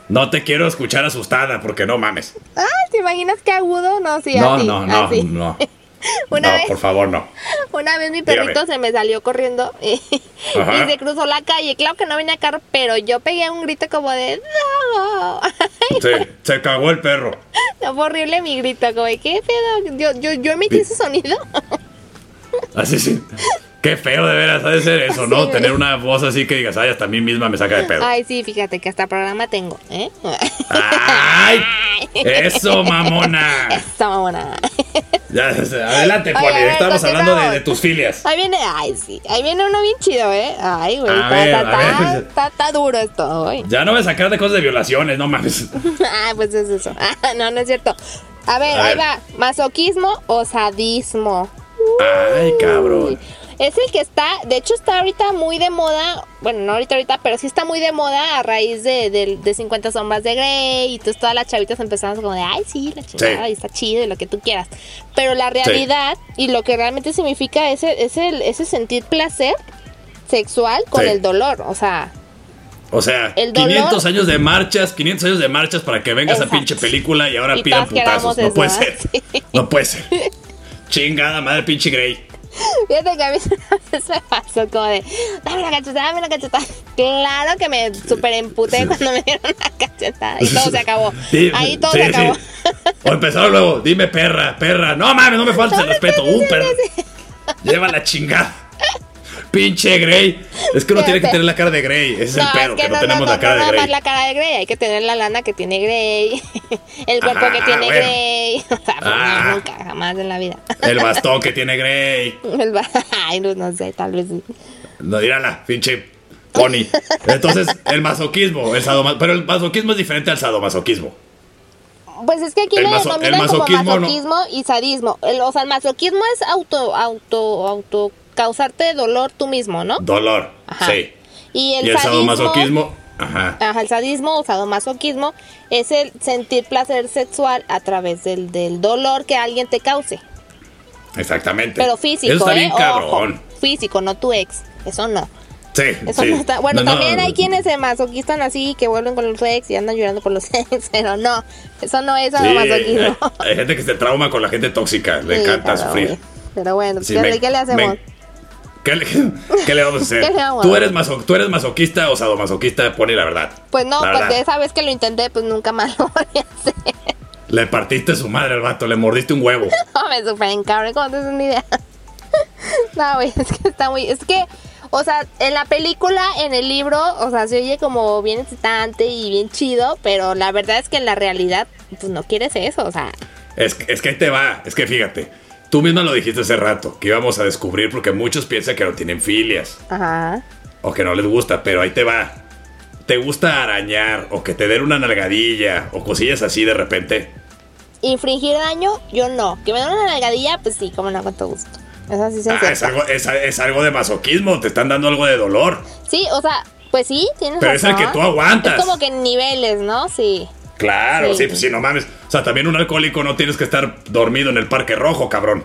S3: No te quiero escuchar asustada porque no mames.
S2: Ay, Ah, ¿te imaginas qué agudo? No, sí,
S3: No,
S2: así,
S3: no, no,
S2: así.
S3: no.
S2: Una
S3: no,
S2: vez.
S3: por favor, no.
S2: Una vez mi perrito
S3: Dígame.
S2: se me salió corriendo y,
S3: Ajá.
S2: y se cruzó la calle. Claro que no venía carro, pero yo pegué un grito como de ¡No!
S3: Sí, se cagó el perro.
S2: No, fue horrible mi grito, como de ¿qué pedo? Yo, yo, yo emití ese sonido.
S3: Así Ah, sí. Qué feo de veras ha de ser eso, ¿no?
S2: Sí.
S3: Tener una voz así que digas, ay, hasta a mí misma me saca de pedo.
S2: Ay, sí, fíjate que hasta programa tengo, ¿eh?
S3: ¡Ay! ¡Eso, mamona!
S2: Está mamona.
S3: Ya, adelante,
S2: Ay,
S3: Poli.
S2: a ver,
S3: Estamos hablando de,
S2: continuamos.
S3: de tus filias.
S2: Ahí viene, ay, sí. Ahí viene uno bien chido, ¿eh? Ay, güey.
S3: A
S2: Está,
S3: ver,
S2: está,
S3: a
S2: está-
S3: ver.
S2: está- está duro esto, güey.
S3: Ya no me sacar de cosas de violaciones, no mames.
S2: Ah, pues es eso. Ah, no, no es cierto. A ver,
S3: A
S2: ahí
S3: ver.
S2: va. Masoquismo o sadismo.
S3: Ay, cabrón.
S2: Es el que está, de hecho está ahorita muy de moda, bueno, no ahorita ahorita, pero sí está muy de moda a raíz de, de, de 50 sombras de Grey y entonces todas las chavitas empezamos como de, ay, sí, la chingada,
S3: Sí.
S2: y está chido y lo que tú quieras. Pero la realidad y lo que realmente significa ese, es el, ese sentir placer sexual con
S3: Sí.
S2: el dolor, o sea,
S3: O sea,
S2: El dolor-
S3: 500 años de marchas, 500 años de marchas para que venga esa
S2: Exacto.
S3: pinche película y ahora
S2: Y
S3: pidan
S2: todas queramos
S3: putazos. No
S2: eso, ¿eh?
S3: puede
S2: ¿verdad?
S3: ser. No puede ser. Chingada madre, pinche Grey.
S2: Fíjate que a mí una vez me pasó como de, dame una cachetada, dame una cachetada. Claro que me super emputé cuando me dieron una cachetada y todo se acabó.
S3: Sí,
S2: Ahí todo
S3: sí,
S2: se
S3: sí.
S2: acabó.
S3: O empezaron luego, dime perra, perra. No mames, no me faltes el respeto. Uh, perra. Lleva la chingada. Pinche Grey. Es que uno tiene que
S2: Fíjate.
S3: tener la cara de Grey. Ese es el
S2: es
S3: pedo, que, no, tenemos la
S2: no
S3: cara de
S2: nada más
S3: Grey.
S2: la cara de Grey, hay que tener la lana que tiene Grey, el cuerpo
S3: Ajá,
S2: que tiene
S3: Ah, bueno.
S2: Grey, o sea, pues, no,
S3: Ah.
S2: nunca, jamás en la vida.
S3: El bastón que tiene Grey.
S2: El ba- Ay, no, no sé, tal vez sí.
S3: No, la pinche Pony. Entonces, el masoquismo, el sadoma- pero el masoquismo es diferente al sadomasoquismo.
S2: Pues es que aquí
S3: El
S2: lo
S3: maso- el
S2: denominan
S3: masoquismo,
S2: como
S3: ¿no?
S2: masoquismo y sadismo. El- o sea, el masoquismo es auto, auto, auto causarte dolor tú mismo, ¿no?
S3: Dolor,
S2: Ajá.
S3: sí.
S2: Y el,
S3: y el
S2: sadismo,
S3: sadomasoquismo, ajá.
S2: Ajá, el sadismo o sadomasoquismo es el sentir placer sexual a través del, del dolor que alguien te cause.
S3: Exactamente.
S2: Pero físico,
S3: Eso está bien
S2: ¿eh? Ojo,
S3: cabrón.
S2: físico, no tu ex. Eso no.
S3: Sí.
S2: Eso
S3: sí.
S2: no está. Bueno,
S3: No, no,
S2: también hay quienes se masoquistan así que vuelven con los ex y andan llorando por los ex, pero no. Eso no es
S3: sí, hay,
S2: sadomasoquismo.
S3: hay gente que se trauma con la gente tóxica, le
S2: Sí,
S3: encanta
S2: pero,
S3: sufrir.
S2: güey. Pero bueno,
S3: Sí,
S2: ¿qué,
S3: me-
S2: qué le hacemos?
S3: me- ¿Qué le, qué le vamos a hacer?
S2: ¿Qué le vamos a
S3: ¿Tú,
S2: hacer?
S3: eres maso- ¿Tú eres masoquista o sadomasoquista? Pone la verdad.
S2: Pues no, pues
S3: La verdad.
S2: de esa vez que lo intenté, pues nunca más lo volví a hacer.
S3: Le partiste su madre al vato, le mordiste un huevo.
S2: No, me super encabré, como no tienes una idea. No, güey, es que está muy. Es que, o sea, en la película, en el libro, o sea, se oye como bien excitante y bien chido, pero la verdad es que en la realidad, pues no quieres eso, o sea.
S3: Es, que- es que ahí te va, es que fíjate, tú misma lo dijiste hace rato, que íbamos a descubrir porque muchos piensan que no tienen filias
S2: Ajá.
S3: o que no les gusta, pero ahí te va. ¿Te gusta arañar o que te den una nalgadilla o cosillas así de repente?
S2: Infringir daño, yo no. Que me den una nalgadilla, pues sí, como no, con todo gusto. Eso sí se
S3: Ah,
S2: acepta.
S3: es algo, es, es algo de masoquismo, te están dando algo de dolor.
S2: Sí, o sea, pues sí, tienes
S3: Pero es
S2: razón.
S3: el que tú aguantas.
S2: Es como que en niveles, ¿no? Sí.
S3: Claro,
S2: Sí.
S3: sí, pues sí, no mames. O sea, también un alcohólico no tienes que estar dormido en el Parque Rojo, cabrón.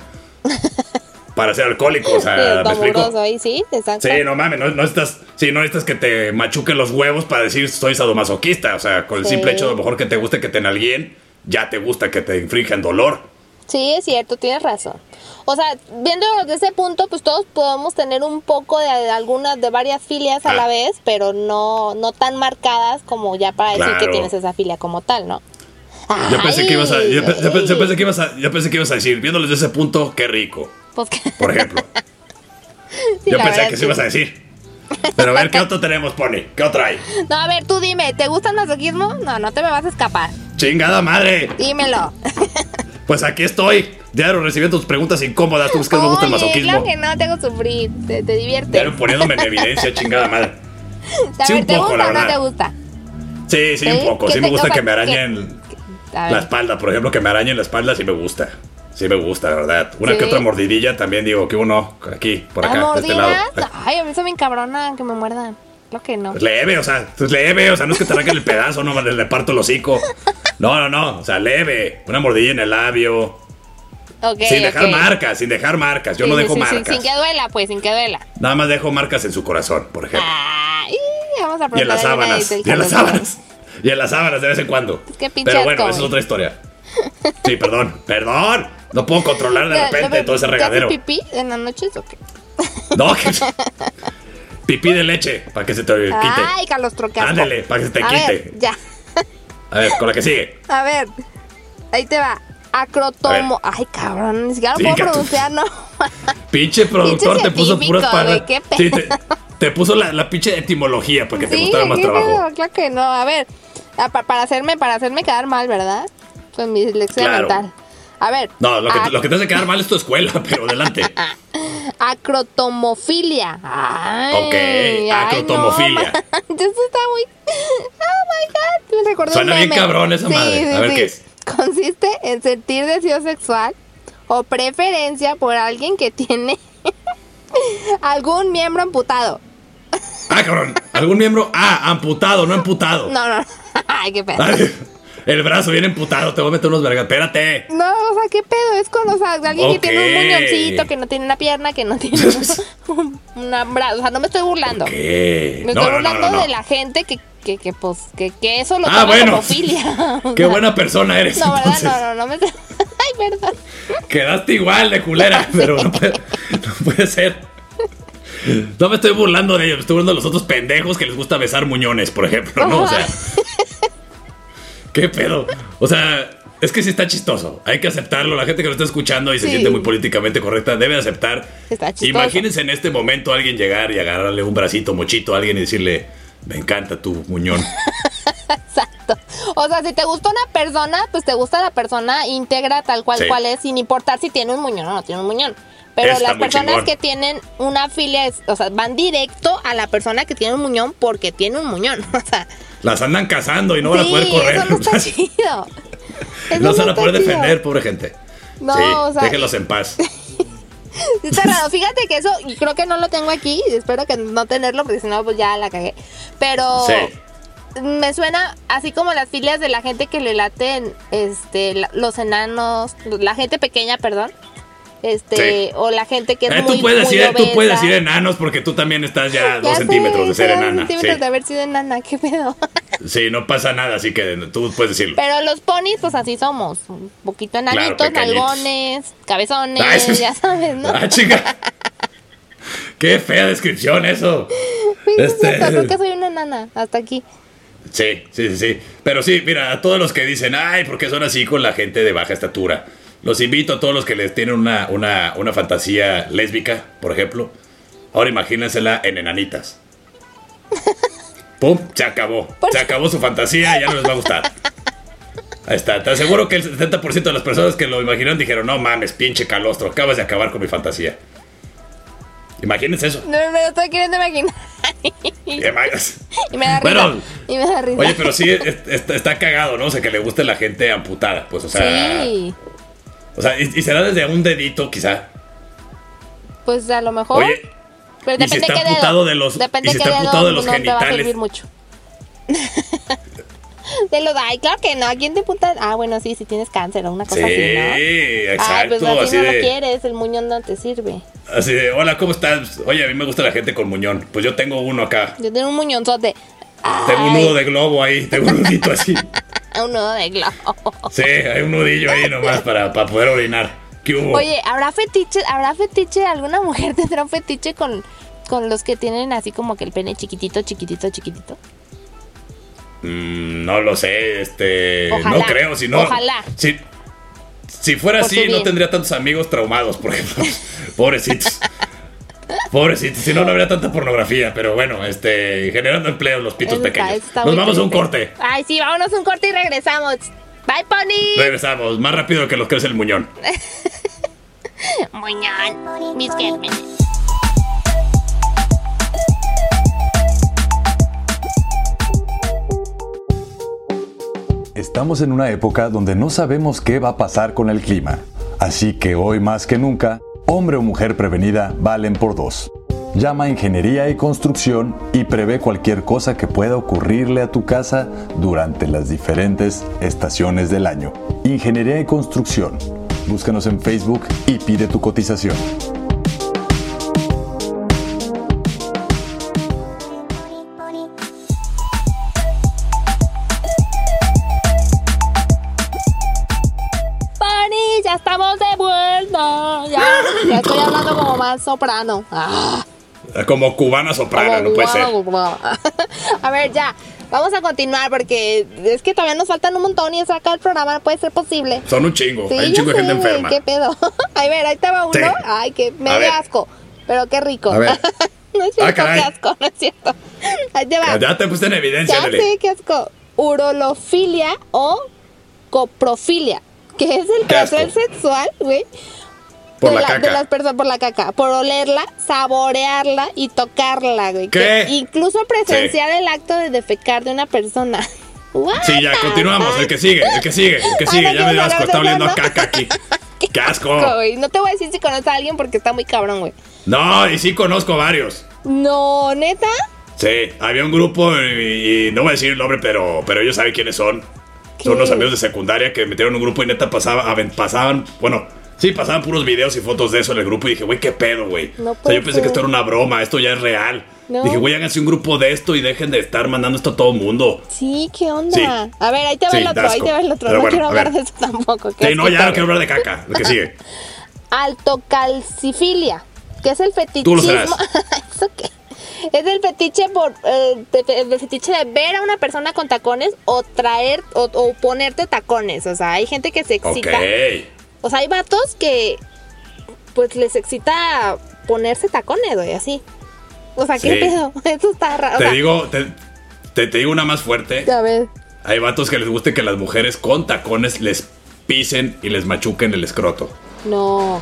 S3: Para ser alcohólico, o sea,
S2: Sí,
S3: Ah, ¿me explico?
S2: glamuroso ahí, sí, exacto.
S3: Sí, no mames, no, no estás, sí, no estás que te machuquen los huevos para decir soy sadomasoquista. O sea, con el
S2: Sí.
S3: simple hecho de a lo mejor que te guste que te alguien, ya te gusta que te infrinjan dolor.
S2: Sí, es cierto, tienes razón. O sea, viendo desde ese punto, pues todos podemos tener un poco de algunas, de varias filias a
S3: Ah.
S2: la vez, pero no, no tan marcadas como ya para decir que
S3: Claro.
S2: tienes esa filia como tal, ¿no?
S3: Yo pensé que ibas a, yo, pe- yo pe- yo
S2: Ay.
S3: pensé que ibas a, yo pensé que ibas a decir, viéndoles de ese punto, qué rico,
S2: Pues que-
S3: por ejemplo.
S2: sí,
S3: yo
S2: la
S3: pensé
S2: verdad
S3: que sí
S2: sí.
S3: ibas a decir. Pero a ver, ¿qué otro tenemos, Pony? ¿Qué otro hay?
S2: No, a ver, tú dime, ¿te gusta el masoquismo? No, no te me vas a escapar.
S3: ¡Chingada madre!
S2: Dímelo.
S3: Pues aquí estoy. Diario recibiendo tus preguntas incómodas. Tú ves que no me gusta el
S2: Oye,
S3: masoquismo.
S2: claro que no, te hago sufrir, te, te diviertes.
S3: Diario poniéndome en evidencia, chingada madre.
S2: a
S3: sí,
S2: ver,
S3: un
S2: ¿te
S3: poco,
S2: gusta
S3: la
S2: o no
S3: verdad.
S2: te gusta?
S3: Sí, sí,
S2: ¿Sí?
S3: un poco.
S2: ¿Qué
S3: Sí
S2: te-
S3: me
S2: o
S3: gusta
S2: sea,
S3: que me arañen
S2: A ver.
S3: la espalda, por ejemplo, que me arañen la espalda, sí me gusta. Sí me gusta, la verdad. Una que
S2: Sí.
S3: otra mordidilla también digo que uno aquí, por
S2: ¿Las
S3: acá, de este lado.
S2: mordidas? Ay, a mí se me encabrona que me muerdan. Lo que no.
S3: Pues Leve, o sea, pues leve, o sea, no es que te arranquen el pedazo, no le parto el hocico. No, no, no, o sea, leve. Una mordidilla en el labio.
S2: Ok,
S3: sin dejar
S2: ok.
S3: marcas, sin dejar marcas. Yo
S2: Sí,
S3: no
S2: sí,
S3: dejo
S2: sí, sí,
S3: marcas.
S2: sin que duela, pues, sin que duela.
S3: Nada más dejo marcas en su corazón, por ejemplo.
S2: Ay, vamos a
S3: Y en
S2: preguntarle a
S3: las sábanas.
S2: Benito,
S3: Y en las
S2: hija de-
S3: sábanas. Y en las sábanas de vez en cuando.
S2: Es que pinche
S3: Pero bueno,
S2: asco,
S3: esa es
S2: güey.
S3: otra historia. Sí, perdón, perdón. No puedo controlar de
S2: Ya,
S3: repente
S2: ya,
S3: todo ese
S2: ¿te haces
S3: regadero.
S2: pipí en las noches o qué?
S3: No, que- pipí de leche para que se te quite.
S2: Ay, Carlos Troqueazo.
S3: Ándale, para que se te
S2: a
S3: quite.
S2: Ver, ya,
S3: A ver, con la que sigue.
S2: a ver. Ahí te va. Acrotomo. Ay, cabrón, ni siquiera lo
S3: Sí,
S2: puedo
S3: gato.
S2: pronunciar, ¿no?
S3: Pinche productor te puso
S2: científico,
S3: puras palabras.
S2: güey, qué pedo.
S3: Sí, te, te puso la, la pinche etimología para que te
S2: Sí,
S3: gustara más
S2: ¿qué
S3: trabajo.
S2: pedo? Claro que no. A ver, a- pa- para hacerme, para hacerme quedar mal, ¿verdad? Con mi dislexia
S3: Claro.
S2: mental. A ver.
S3: No, lo
S2: ac-
S3: que, lo que te hace quedar mal es tu escuela, pero adelante.
S2: Acrotomofilia. Ay,
S3: Ok,
S2: ay,
S3: acrotomofilia.
S2: no, manches, Esto está muy. Oh my god. Me recordó
S3: Suena
S2: un
S3: bien
S2: meme.
S3: cabrón esa madre. A ver qué es.
S2: Consiste en sentir deseo sexual o preferencia por alguien que tiene algún miembro amputado.
S3: Ah, cabrón. ¿Algún miembro? Ah, amputado, no amputado.
S2: No, no. Ay, qué pedo.
S3: Ay, el brazo bien emputado, te voy a meter unos vergas. Espérate.
S2: No, o sea, ¿qué pedo? Es con, o sea, alguien
S3: Ok.
S2: que tiene un muñoncito, que no tiene una pierna, que no tiene un- una brazo. O sea, no me estoy burlando.
S3: ¿Qué?
S2: Me
S3: No,
S2: estoy
S3: no, no,
S2: burlando
S3: no, no.
S2: de la gente que, que, que, pues, que, que eso lo
S3: Ah,
S2: toma
S3: bueno.
S2: como filia. O
S3: Qué
S2: sea,
S3: buena persona eres.
S2: No, ¿verdad?
S3: entonces.
S2: No, no, no me... Ay, perdón.
S3: Quedaste igual de culera, pero no puede, no puede ser. No me estoy burlando de ellos, me estoy burlando de los otros pendejos que les gusta besar muñones, por ejemplo, ¿no? O sea. ¿Qué pedo? O sea, es que sí está chistoso. Hay que aceptarlo. La gente que lo está escuchando y se
S2: Sí.
S3: siente muy políticamente correcta debe aceptar.
S2: Está chistoso.
S3: Imagínense en este momento a alguien llegar y agarrarle un bracito mochito a alguien y decirle, me encanta tu muñón.
S2: Exacto. O sea, si te gusta una persona, pues te gusta la persona íntegra tal cual
S3: Sí.
S2: cual es, sin importar si tiene un muñón o no tiene un muñón. Pero
S3: Está
S2: las
S3: muy
S2: personas
S3: chingón.
S2: que tienen una filia, es- o sea, van directo a la persona que tiene un muñón porque tiene un muñón. O sea,
S3: Las andan cazando y no van a
S2: sí,
S3: poder correr.
S2: eso no
S3: O
S2: está
S3: sea,
S2: chido. Eso
S3: no se van a
S2: está
S3: poder
S2: chido.
S3: defender, pobre gente.
S2: No,
S3: sí,
S2: o sea,
S3: déjenlos en paz.
S2: Está raro, fíjate que eso, y creo que no lo tengo aquí, y espero que no tenerlo, porque si no, pues ya la cagué. Pero me suena así como las filias de la gente que le laten este, la- los enanos, la gente pequeña, perdón. Este,
S3: Sí.
S2: o la gente que es
S3: Eh,
S2: muy,
S3: tú, puedes
S2: muy
S3: decir, tú
S2: obesa.
S3: puedes decir enanos porque tú también estás ya a
S2: Ya
S3: dos
S2: sé,
S3: centímetros de
S2: estoy
S3: ser
S2: a dos
S3: enana. Sí.
S2: centímetros de haber sido enana, qué pedo.
S3: Sí, no pasa nada, así que tú puedes decirlo.
S2: Pero los ponis, pues así somos. Un poquito enanitos,
S3: pequeñitos.
S2: nalgones, cabezones,
S3: Ay, sí.
S2: ya sabes, ¿no?
S3: Ah, chica. Qué fea descripción eso.
S2: Sí, sí, es
S3: este-
S2: cierto, creo que soy una enana, hasta aquí.
S3: Sí, sí, sí, sí. Pero sí, mira, a todos los que dicen, ay, porque son así con la gente de baja estatura? Los invito a todos los que les tienen una, una, una fantasía lésbica, por ejemplo. Ahora imagínensela en enanitas. ¡Pum! Se acabó. Se acabó su fantasía, ya no les va a gustar. Ahí está. Te aseguro que el 70% de las personas que lo imaginaron dijeron, no mames, pinche calostro, acabas de acabar con mi fantasía. Imagínense eso.
S2: No, no, no estoy queriendo imaginar. Y me da risa.
S3: Bueno.
S2: y me da risa.
S3: Oye, pero sí, es- está, está cagado, ¿no? O sea, que le guste la gente amputada, pues, o sea...
S2: Sí,
S3: O sea, y, y será desde un dedito, quizá.
S2: pues a lo mejor.
S3: Oye,
S2: pero
S3: y si está amputado de los- y si está amputado de los
S2: no te va a
S3: genitales.
S2: servir mucho. Te lo da. Ay, claro que no. ¿A quién te putas? Ah, bueno, sí, si tienes cáncer o una cosa
S3: Sí,
S2: Pues así, ¿no? Ay,
S3: exacto.
S2: pues así,
S3: así,
S2: no lo
S3: de,
S2: quieres, el muñón no te sirve.
S3: así de, hola, ¿cómo estás? Oye, a mí me gusta la gente con muñón. Pues yo tengo uno acá.
S2: Yo tengo un muñonzote.
S3: Tengo un
S2: Ay,
S3: nudo de globo ahí. Tengo un nudito así.
S2: Un nudo de globo.
S3: Sí, hay un nudillo ahí nomás para, para poder orinar. ¿Qué hubo?
S2: Oye, ¿habrá fetiche? ¿Habrá fetiche? ¿Alguna mujer tendrá un fetiche con, con los que tienen así como que el pene chiquitito, chiquitito, chiquitito?
S3: Mm, no lo sé, este.
S2: Ojalá,
S3: no creo, si no.
S2: ojalá.
S3: Si, si fuera
S2: Por su
S3: así, no
S2: bien.
S3: tendría tantos amigos traumados, por ejemplo. Pobrecitos. Pobrecitos, si no, no habría tanta pornografía. Pero bueno, este. Generando empleo en los pitos
S2: Eso está-
S3: pequeños.
S2: eso está
S3: Nos
S2: muy
S3: vamos a un
S2: triste.
S3: corte.
S2: Ay, sí, vámonos a un corte y regresamos. Bye, Pony.
S3: Regresamos, más rápido que los crece el muñón.
S2: Muñón. Mis gérmenes.
S5: Estamos en una época donde no sabemos qué va a pasar con el clima. Así que hoy más que nunca, hombre o mujer prevenida valen por dos. Llama a Ingeniería y Construcción y prevé cualquier cosa que pueda ocurrirle a tu casa durante las diferentes estaciones del año. Ingeniería y Construcción. Búscanos en Facebook y pide tu cotización.
S2: Pony, ya estamos de vuelta. Ya, ya estoy hablando como más soprano. Ah,
S3: Como cubana soprano, no puede ser.
S2: A ver, ya. Vamos a continuar porque es que todavía nos faltan un montón y eso acá el programa no puede ser posible.
S3: Son un chingo.
S2: Sí,
S3: Hay un
S2: ya
S3: chingo de
S2: sé,
S3: gente enferma.
S2: ¿Qué pedo? A ver, ahí estaba uno.
S3: Sí.
S2: Ay, que me
S3: A ver.
S2: dio asco. Pero qué rico.
S3: A ver. Ah,
S2: no es cierto,
S3: caray.
S2: qué asco, no es cierto. Ahí te va.
S3: Ya te puse en evidencia,
S2: Ya
S3: Lele.
S2: sé qué asco. Urolofilia o coprofilia, que es el
S3: Qué asco.
S2: placer sexual, güey.
S3: Por
S2: de
S3: la
S2: de
S3: caca.
S2: las personas por la caca, por olerla, saborearla y tocarla, güey.
S3: ¿Qué?
S2: Que incluso presenciar el acto de defecar de una persona. What
S3: Sí, ya,
S2: the
S3: continuamos. El
S2: fuck?
S3: que sigue, el que sigue, el que
S2: Ah,
S3: sigue.
S2: no
S3: Ya me dio
S2: quiero
S3: asco,
S2: hablar
S3: está
S2: de
S3: oliendo a
S2: porno.
S3: caca aquí. ¡Qué
S2: Asco,
S3: asco!
S2: güey. No te voy a decir si conoces a alguien porque está muy cabrón, güey.
S3: No, y sí conozco varios.
S2: No, neta.
S3: Sí, había un grupo y, y no voy a decir el nombre, pero, pero ellos saben quiénes son. Son
S2: ¿Qué?
S3: unos amigos de secundaria que metieron un grupo y neta pasaba, aven- pasaban, bueno, sí, pasaban puros videos y fotos de eso en el grupo y dije, güey, qué pedo, güey.
S2: No
S3: o sea, yo
S2: puede
S3: pensé
S2: ser.
S3: que esto era una broma, esto ya es real.
S2: No.
S3: Dije, güey, háganse un grupo de esto y dejen de estar mandando esto a todo el mundo.
S2: Sí, ¿qué onda?
S3: Sí.
S2: A ver, ahí te va
S3: Sí,
S2: el otro,
S3: da
S2: ahí
S3: asco.
S2: te va el otro.
S3: Pero
S2: no
S3: bueno,
S2: quiero
S3: a
S2: hablar
S3: ver.
S2: de eso tampoco. qué
S3: Sí, no,
S2: asquito,
S3: ya no
S2: güey.
S3: quiero hablar de caca, lo que sigue.
S2: altocalcifilia, que es el
S3: Tú lo
S2: fetichismo.
S3: sabrás.
S2: ¿Eso qué? Es el fetiche por eh, de- de- el fetiche de ver a una persona con tacones o traer o, o ponerte tacones. O sea, hay gente que se
S3: Ok.
S2: excita. O sea, hay vatos que pues les excita ponerse tacones, güey, así. O sea, qué
S3: Sí.
S2: pedo. Eso está raro. O
S3: Te
S2: sea,
S3: digo, te, te- te digo una más fuerte.
S2: A ver.
S3: Hay vatos que les guste que las mujeres con tacones les pisen y les machuquen el escroto.
S2: No.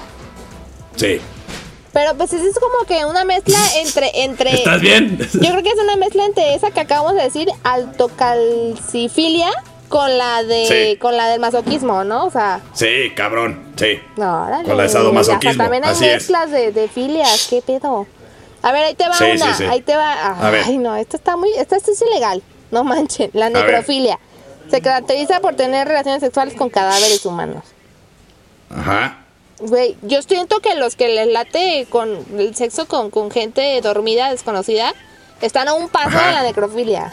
S3: Sí.
S2: Pero pues eso es como que una mezcla entre entre
S3: ¿Estás bien?
S2: Yo creo que es una mezcla entre esa que acabamos de decir, altocalcifilia, con la de
S3: Sí.
S2: con la del masoquismo, ¿no? O sea,
S3: Sí, cabrón. Sí.
S2: no, órale.
S3: Con la de sadomasoquismo,
S2: O sea, también hay
S3: así es.
S2: mezclas de, de filias, qué pedo. A ver, ahí te va
S3: Sí,
S2: una,
S3: sí, sí.
S2: ahí te va.
S3: A ver.
S2: Ay, no, esto está muy, esto, esto es ilegal. No manchen, la
S3: ver.
S2: necrofilia. Se caracteriza por tener relaciones sexuales con cadáveres humanos.
S3: Ajá.
S2: Güey, yo siento que los que les late con el sexo con, con gente dormida, desconocida, están a un paso
S3: Ajá.
S2: de la necrofilia.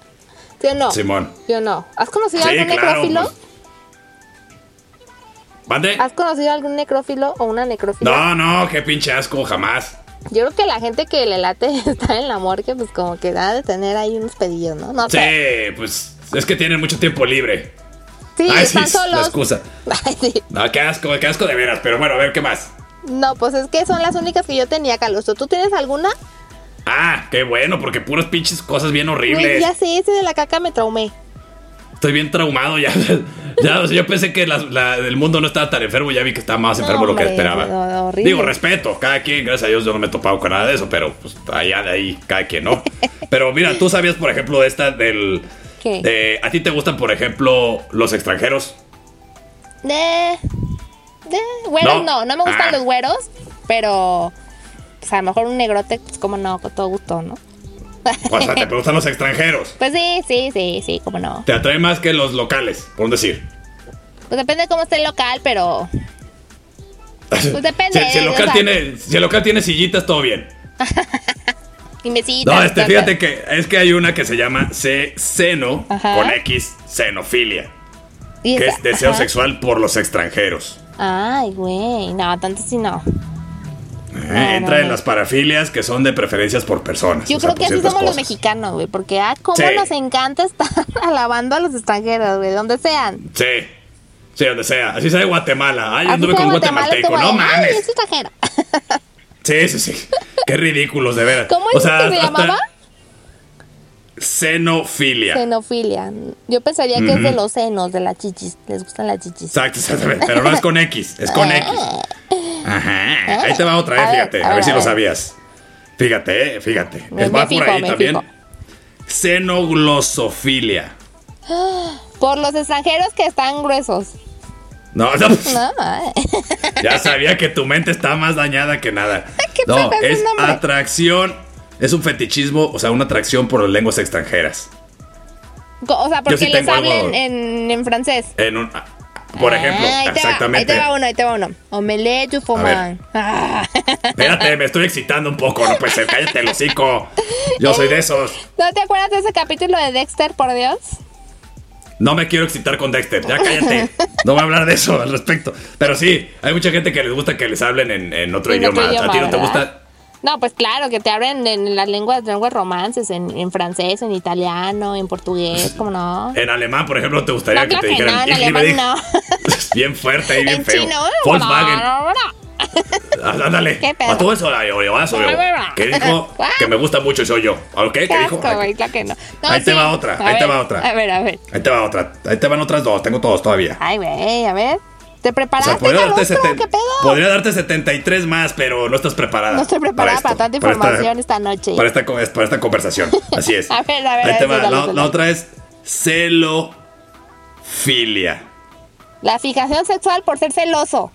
S2: ¿Sí o no?
S3: Simón.
S2: Yo no. ¿Has conocido
S3: Sí,
S2: algún
S3: claro,
S2: necrófilo?
S3: pues. ¿Mande?
S2: ¿Has conocido algún necrófilo o una necrófila?
S3: No, no, qué pinche asco, jamás.
S2: Yo creo que la gente que le late está en la morgue, pues como que da de tener ahí unos pedillos, ¿no? No
S3: Sí,
S2: sé.
S3: pues es que tienen mucho tiempo libre.
S2: Sí,
S3: Ay, sí,
S2: están
S3: es la
S2: solos.
S3: excusa.
S2: Ay, sí.
S3: No, qué asco, qué asco de veras. Pero bueno, a ver qué más.
S2: No, pues es que son las únicas que yo tenía, Calusto. ¿Tú tienes alguna?
S3: Ah, qué bueno, porque puras pinches cosas bien
S2: Güey,
S3: horribles.
S2: ya sé, ese de la caca me traumé.
S3: Estoy bien traumado ya. ya o sea, yo pensé que la- la- el mundo no estaba tan enfermo, ya vi que estaba más
S2: No,
S3: enfermo de lo que
S2: hombre,
S3: esperaba.
S2: no, horrible.
S3: Digo, respeto, cada quien, gracias a Dios yo no me he topado con nada de eso, pero pues allá de ahí, cada quien, ¿no? pero mira, tú sabías, por ejemplo, de esta del...
S2: ¿Qué?
S3: de- ¿A ti te gustan, por ejemplo, los extranjeros?
S2: De, de güeros
S3: No.
S2: no. no, me gustan
S3: Ah.
S2: los güeros, pero pues a lo mejor un negrote, pues como no, con todo gusto, ¿no?
S3: O sea, te gustan los extranjeros.
S2: Pues sí, sí, sí, sí, cómo no.
S3: Te atrae más que los locales, por un decir.
S2: Pues depende de cómo esté el local, pero. Pues depende.
S3: Si, si el
S2: o
S3: local
S2: sea,
S3: tiene, si el local tiene sillitas, todo bien.
S2: Y mesitas,
S3: No,
S2: y
S3: este,
S2: todo,
S3: fíjate
S2: pero-
S3: que es que hay una que se llama C seno
S2: Ajá.
S3: con X xenofilia,
S2: y
S3: que
S2: esa-
S3: es deseo
S2: ajá.
S3: sexual por los extranjeros.
S2: Ay, güey. No, tanto sí no.
S3: Eh,
S2: no,
S3: entra en
S2: no.
S3: las parafilias que son de preferencias por personas.
S2: Yo
S3: Pues, o sea,
S2: creo que
S3: por
S2: así
S3: ciertas
S2: somos los
S3: cosas.
S2: mexicanos, güey. Porque, ah, cómo
S3: Sí.
S2: nos encanta estar alabando a los extranjeros, güey. Donde sean.
S3: Sí. Sí, donde sea. Así sea de Guatemala. Ay, yo
S2: Así
S3: anduve
S2: sea
S3: con un
S2: Guatemala,
S3: guatemalteco.
S2: como
S3: No
S2: de, "Ay, es
S3: mames.
S2: extranjero.
S3: Sí, sí, sí. Qué ridículos, de veras.
S2: ¿Cómo
S3: O
S2: es
S3: sea,
S2: que se
S3: hasta
S2: llamaba?
S3: Xenofilia.
S2: Xenofilia. Yo pensaría que es de los senos, de las chichis. Les gustan las chichis.
S3: Exacto, exactamente. Pero no es con X, es con X. Ajá. Ahí te va otra vez,
S2: Ah. A ver,
S3: fíjate. A
S2: a
S3: ver
S2: ver,
S3: si
S2: a
S3: lo
S2: ver.
S3: sabías. Fíjate, eh, fíjate.
S2: Me-
S3: Es
S2: me
S3: va por
S2: fijo,
S3: ahí
S2: me
S3: también.
S2: fijo.
S3: Xenoglosofilia.
S2: Por los extranjeros que están gruesos.
S3: No, pues, no,
S2: No, ay.
S3: ya sabía que tu mente está más dañada que nada.
S2: ¿Qué
S3: No,
S2: pasa,
S3: es
S2: es un hombre?
S3: atracción, es un fetichismo, o sea, una atracción por las lenguas extranjeras.
S2: O sea, porque
S3: sí
S2: les
S3: tengo algo-
S2: hablen en, en francés.
S3: En un, ah, por ejemplo,
S2: Ah, ahí te va,
S3: exactamente.
S2: ahí te va uno, ahí te va uno. Omelette du fromage. Ah.
S3: Espérate, me estoy excitando un poco, no puede ser, cállate el hocico. Yo soy de esos.
S2: ¿No te acuerdas de ese capítulo de Dexter, por Dios?
S3: No me quiero excitar con Dexter, ya cállate. No voy a hablar de eso al respecto. Pero sí, hay mucha gente que les gusta que les hablen en, en otro,
S2: En
S3: idioma.
S2: otro
S3: ¿A ti no te
S2: ¿verdad?
S3: gusta?
S2: No, pues claro, que te abren en las lenguas, lenguas romances, en, en francés, en italiano, en portugués, ¿cómo no?
S3: En alemán, por ejemplo, te gustaría
S2: No,
S3: que
S2: claro
S3: te
S2: que
S3: dijeran.
S2: no, en
S3: "Ich liebe
S2: alemán
S3: dich". Bien fuerte y bien
S2: en
S3: feo.
S2: chino.
S3: Volkswagen.
S2: Volkswagen.
S3: Ah, Ándale.
S2: ¿Qué pedo? Ah,
S3: A todo eso, ay, oye, vas, oye. Que dijo
S2: ¿What?
S3: que me gusta mucho y soy yo. Ah, ¿Ok? ¿Qué
S2: Qué
S3: dijo?
S2: asco, güey, claro que no. No,
S3: Ahí te
S2: sí.
S3: va otra,
S2: A
S3: ahí te
S2: ver,
S3: va otra.
S2: A ver, a ver.
S3: Ahí te va otra. Ahí te van otras dos. Tengo todos todavía.
S2: Ay, güey, a ver. ¿Te
S3: O
S2: preparaste,
S3: sea, podría darte,
S2: Caruso?
S3: seten-
S2: ¿Qué Ah, pedo?
S3: podría darte 73 más, pero no estás preparada.
S2: No estoy preparada para,
S3: esto,
S2: tanta
S3: para esta-
S2: información esta, noche.
S3: Para esta, co- es- para esta conversación. Así es.
S2: A ver, a ver,
S3: Ahí
S2: a
S3: te
S2: ver,
S3: va.
S2: suéltalo,
S3: La, la
S2: suéltalo.
S3: otra es celofilia.
S2: La fijación sexual por ser celoso.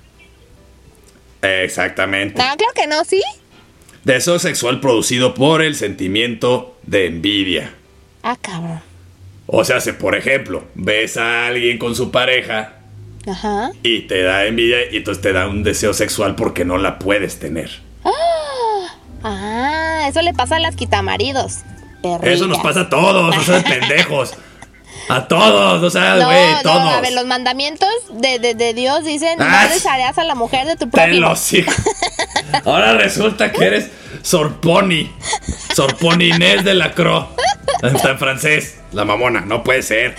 S3: Exactamente.
S2: No, claro que no, ¿sí?
S3: Deseo sexual producido por el sentimiento de envidia.
S2: Ah, cabrón.
S3: O sea, si por ejemplo, ves a alguien con su pareja
S2: Ajá.
S3: y te da envidia y entonces te da un deseo sexual porque no la puedes tener.
S2: Ah, eso le pasa a las quitamaridos.
S3: Eso nos pasa a todos, no seas pendejos. A todos, o sea,
S2: No,
S3: güey,
S2: no,
S3: todos.
S2: a ver, los mandamientos de, de, de Dios dicen,
S3: Ah,
S2: no desearás a la mujer de tu
S3: Te
S2: propio.
S3: lo sigo. Ahora resulta que eres Sorponi. Sorponi Inés de la Croix. Está en francés. La mamona, no puede ser.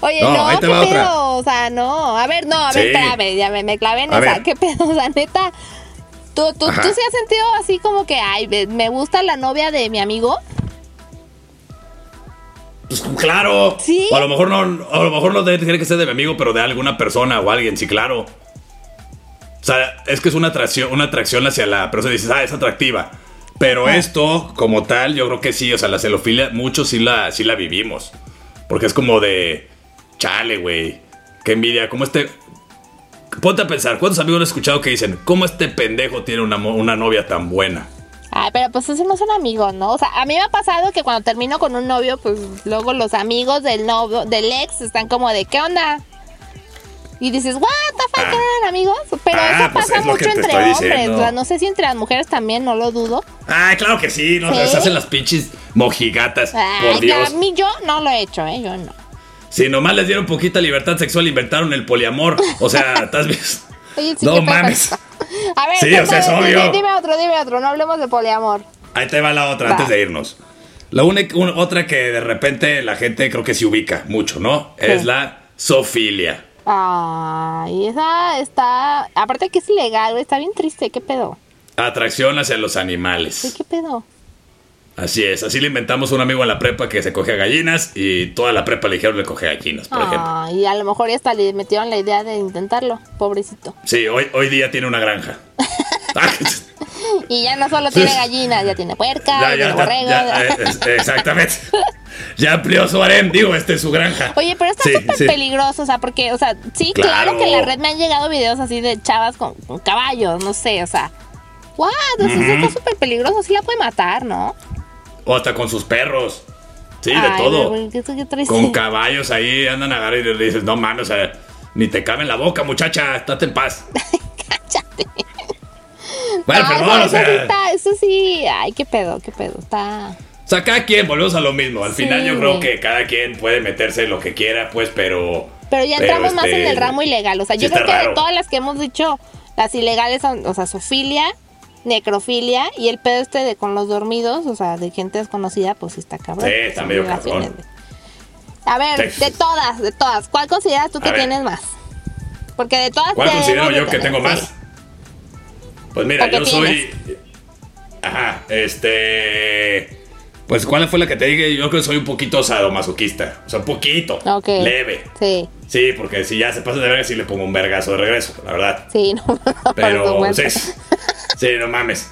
S2: Oye,
S3: No,
S2: no,
S3: ahí te
S2: ¿qué
S3: va
S2: pedo?
S3: otra.
S2: O sea, no. A ver, no, a
S3: Sí.
S2: ver, espérame, ya me, me clavé en
S3: A
S2: esa.
S3: ver.
S2: ¿Qué pedo? O sea, neta. ¿Tú, tú,
S3: Ajá.
S2: ¿Tú se has sentido así como que, ay, me- me gusta la novia de mi amigo?
S3: Pues claro.
S2: Sí.
S3: O a lo mejor no, a lo mejor no de- tiene que ser de mi amigo, pero de alguna persona o alguien, sí, claro. O sea, es que es una atracción, una atracción hacia la persona. Dices, ah, es atractiva. Pero esto, como tal, yo creo que sí. O sea, la celofilia, muchos sí la, sí la vivimos. Porque es como de. Chale, güey. Qué envidia. ¿Cómo este.? Ponte a pensar, ¿cuántos amigos han escuchado que dicen, ¿cómo este pendejo tiene una, mo- una novia tan buena?
S2: Ay, pero pues esos no son amigos, ¿no? O sea, a mí me ha pasado que cuando termino con un novio, pues luego los amigos del novio, del ex, están como de, ¿qué onda? Y dices, ¿what the fuck
S3: Ah.
S2: eran amigos? Pero
S3: Ah,
S2: eso
S3: pues,
S2: pasa
S3: es lo
S2: mucho
S3: que te
S2: entre
S3: estoy
S2: hombres.
S3: diciendo.
S2: O sea, no sé si entre las mujeres también, no lo dudo.
S3: Ah, claro que sí, Ah, no
S2: Sí.
S3: les hacen las pinches mojigatas, por
S2: Ay, ya,
S3: Dios.
S2: a mí yo no lo he hecho, ¿eh? Yo no.
S3: Si nomás les dieron poquita libertad sexual, inventaron el poliamor. O sea, estás bien.
S2: Oye, sí,
S3: No
S2: ¿qué pasa?
S3: mames.
S2: A ver,
S3: Sí,
S2: ¿qué
S3: o sea, es
S2: tal? Dime-
S3: obvio.
S2: Dime otro, dime otro, no hablemos de poliamor.
S3: Ahí te va la otra
S2: Va.
S3: antes de irnos. La única, un- otra que de repente la gente creo que se ubica mucho, ¿no?
S2: ¿Qué?
S3: Es la zoofilia.
S2: Ay, esa está. Aparte que es ilegal, güey, está bien triste, ¿qué pedo?
S3: Atracción hacia los
S2: Sí,
S3: animales.
S2: ¿Qué pedo?
S3: Así es, así le inventamos a un amigo en la prepa que se coge a gallinas y toda la prepa le dijeron le coge a gallinas, por ejemplo.
S2: Ah, y a lo mejor ya hasta le metieron la idea de intentarlo, pobrecito.
S3: Sí, hoy, hoy día tiene una granja. Ah,
S2: Y ya no solo tiene gallinas, ya tiene puercas,
S3: Ya,
S2: ya,
S3: ya,
S2: tiene
S3: está,
S2: borregos.
S3: ya, eh, es- exactamente. Ya amplió su harem, digo, este es su granja.
S2: Oye, pero está
S3: Sí,
S2: súper
S3: sí.
S2: peligroso, o sea, porque, o sea, sí, claro.
S3: Claro.
S2: que en la red me han llegado videos así de chavas con, con caballos, no sé, o sea. What? O sea, eso está súper peligroso, sí la puede matar, ¿no?
S3: O hasta con sus perros. Sí, de
S2: Ay,
S3: todo.
S2: güey, ¿qué- qué traes?
S3: Con caballos ahí andan a agarrar y le dices, no mames, o sea, ni te cabe en la boca, muchacha, estate en paz. Bueno,
S2: Ah,
S3: perdón,
S2: eso,
S3: o sea.
S2: eso sí está- eso sí, ay, qué pedo, qué pedo, está...
S3: O sea, cada quien, volvemos a lo mismo. Al
S2: Sí,
S3: final yo creo
S2: güey.
S3: que cada quien puede meterse lo que quiera, pues, pero.
S2: Pero ya entramos más
S3: este,
S2: en el ramo ilegal, o sea,
S3: sí
S2: yo creo
S3: está
S2: que de
S3: raro.
S2: todas las que hemos dicho, las ilegales son, o sea, zoofilia, necrofilia y el pedo este de con los dormidos, o sea, de gente desconocida, pues sí está cabrón.
S3: Sí, está
S2: Son
S3: medio
S2: violaciones,
S3: cabrón.
S2: güey. A ver,
S3: Sí.
S2: de todas, de todas, ¿cuál consideras tú
S3: A
S2: que
S3: ver.
S2: tienes más? Porque de todas
S3: ¿Cuál
S2: te
S3: considero
S2: debemos
S3: yo
S2: de
S3: que
S2: tener,
S3: tengo
S2: sí.
S3: más? Pues mira,
S2: ¿O qué
S3: yo soy. Ajá, este. Pues, ¿cuál fue la que te dije? Yo creo que soy un poquito sadomasoquista. O sea, un poquito.
S2: Ok.
S3: Leve.
S2: Sí,
S3: Sí, porque si ya se pasa de verga, sí le pongo un vergazo de regreso, la verdad.
S2: sí, no. por
S3: Pero
S2: supuesto.
S3: sí, sí, no mames.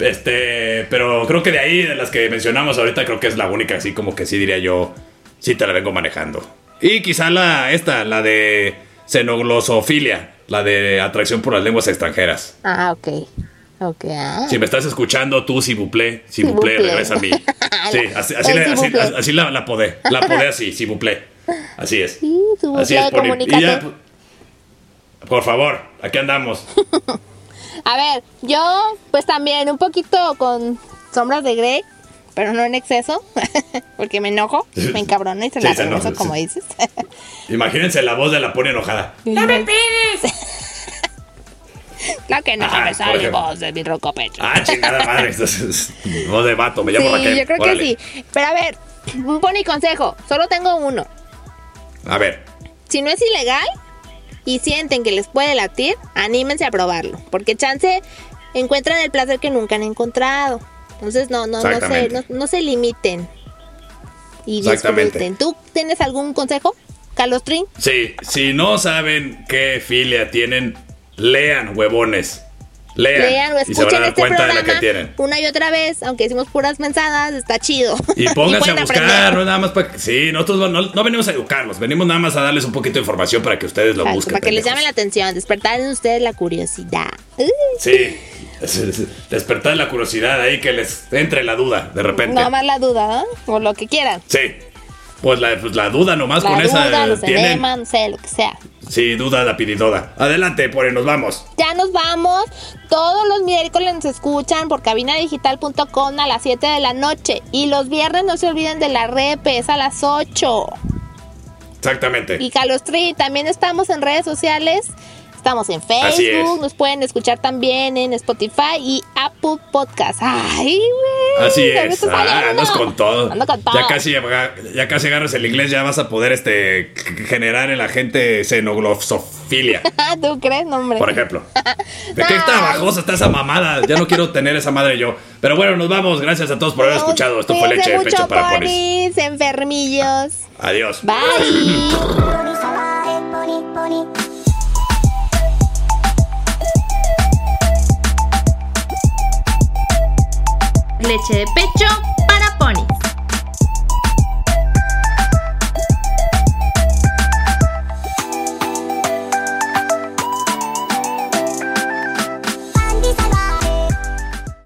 S3: Este, pero creo que de ahí, de las que mencionamos ahorita, creo que es la única, así como que sí diría yo, sí te la vengo manejando. Y quizá la, esta, la de xenoglosofilia, la de atracción por las lenguas extranjeras.
S2: Ah, ok. Ok, ah.
S3: Si me estás escuchando, tú, si buplé, si
S2: S'il vous
S3: buplé,
S2: plaît.
S3: regresa a mí. Sí, así, así,
S2: El
S3: le-
S2: s'il
S3: así-
S2: vous plaît.
S3: así la, la podé, la podé así, si buplé. Así es.
S2: Sí, s'il vous
S3: Así
S2: plaît,
S3: es, Poli. Y ya, pues,
S2: comunícate.
S3: por favor, aquí andamos.
S2: A ver, yo pues también un poquito con sombras de Grey, pero no en exceso, porque me enojo, me encabrono y se
S3: Sí,
S2: la
S3: se enoja,
S2: regreso
S3: sí.
S2: como dices.
S3: Imagínense la voz de la pone enojada.
S2: claro que no,
S3: Ajá,
S2: me
S3: por
S2: sale
S3: ejemplo.
S2: voz de mi roco pecho.
S3: Ah, chingada madre. Entonces, no de vato, me llamo
S2: sí,
S3: Raquel.
S2: yo creo
S3: Órale.
S2: que sí. Pero a ver, un boni consejo, solo tengo uno.
S3: A ver,
S2: Si no es ilegal y sienten que les puede latir, anímense a probarlo, porque chance encuentran el placer que nunca han encontrado. Entonces no, no, no se, no,
S3: Exactamente.
S2: no se limiten y
S3: Exactamente.
S2: disfruten. ¿Tú tienes algún consejo, Carlos Trin?
S3: sí, si no saben qué filia tienen, lean, huevones. Lean,
S2: Lean o
S3: y se
S2: escuchen
S3: van a dar
S2: este
S3: cuenta de la
S2: programa
S3: que tienen.
S2: una y otra vez, aunque decimos puras mensadas, está chido.
S3: Y pónganse a
S2: pueden
S3: buscar, no
S2: aprender.
S3: es nada más para que. Sí, nosotros no, no venimos a educarlos, venimos nada más a darles un poquito de información para que ustedes lo
S2: Exacto,
S3: busquen.
S2: para que les llame
S3: pendejos.
S2: la atención, despertar en ustedes la curiosidad. Uh,
S3: Sí, despertar la curiosidad ahí, que les entre la duda de repente.
S2: no más la duda, ¿no? o lo que quieran.
S3: Sí. Pues la, pues la duda nomás
S2: La
S3: con
S2: duda,
S3: esa
S2: los
S3: tienen.
S2: enemas, no sé, lo que sea.
S3: Sí, duda la pididoda. Adelante, Pore, nos vamos.
S2: Ya nos vamos. Todos los miércoles nos escuchan por cabinadigital.com a las 7 de la noche. Y los viernes no se olviden de la repe, es a las 8.
S3: Exactamente.
S2: Y Calostri, también estamos en redes sociales. Estamos en
S3: Así
S2: Facebook,
S3: es.
S2: nos pueden escuchar también en Spotify y Apple Podcast. ¡Ay, güey!
S3: Así
S2: Ya me
S3: es.
S2: estás
S3: Ah,
S2: saliendo.
S3: andas con todo.
S2: Ando con todo.
S3: Ya casi, aga- ya casi agarras el inglés, ya vas a poder este g- generar en la gente xenoglosofilia,
S2: Ah, ¿Tú crees, no, hombre?
S3: por ejemplo. ¿De qué
S2: Ay.
S3: trabajosa está esa mamada? Ya no quiero tener esa madre yo. Pero bueno, nos vamos. Gracias a todos por haber escuchado. Esto fue
S2: Cuídense
S3: leche de
S2: mucho,
S3: pecho para ponis.
S2: ponis, enfermillos.
S3: Adiós.
S2: Bye. Leche de pecho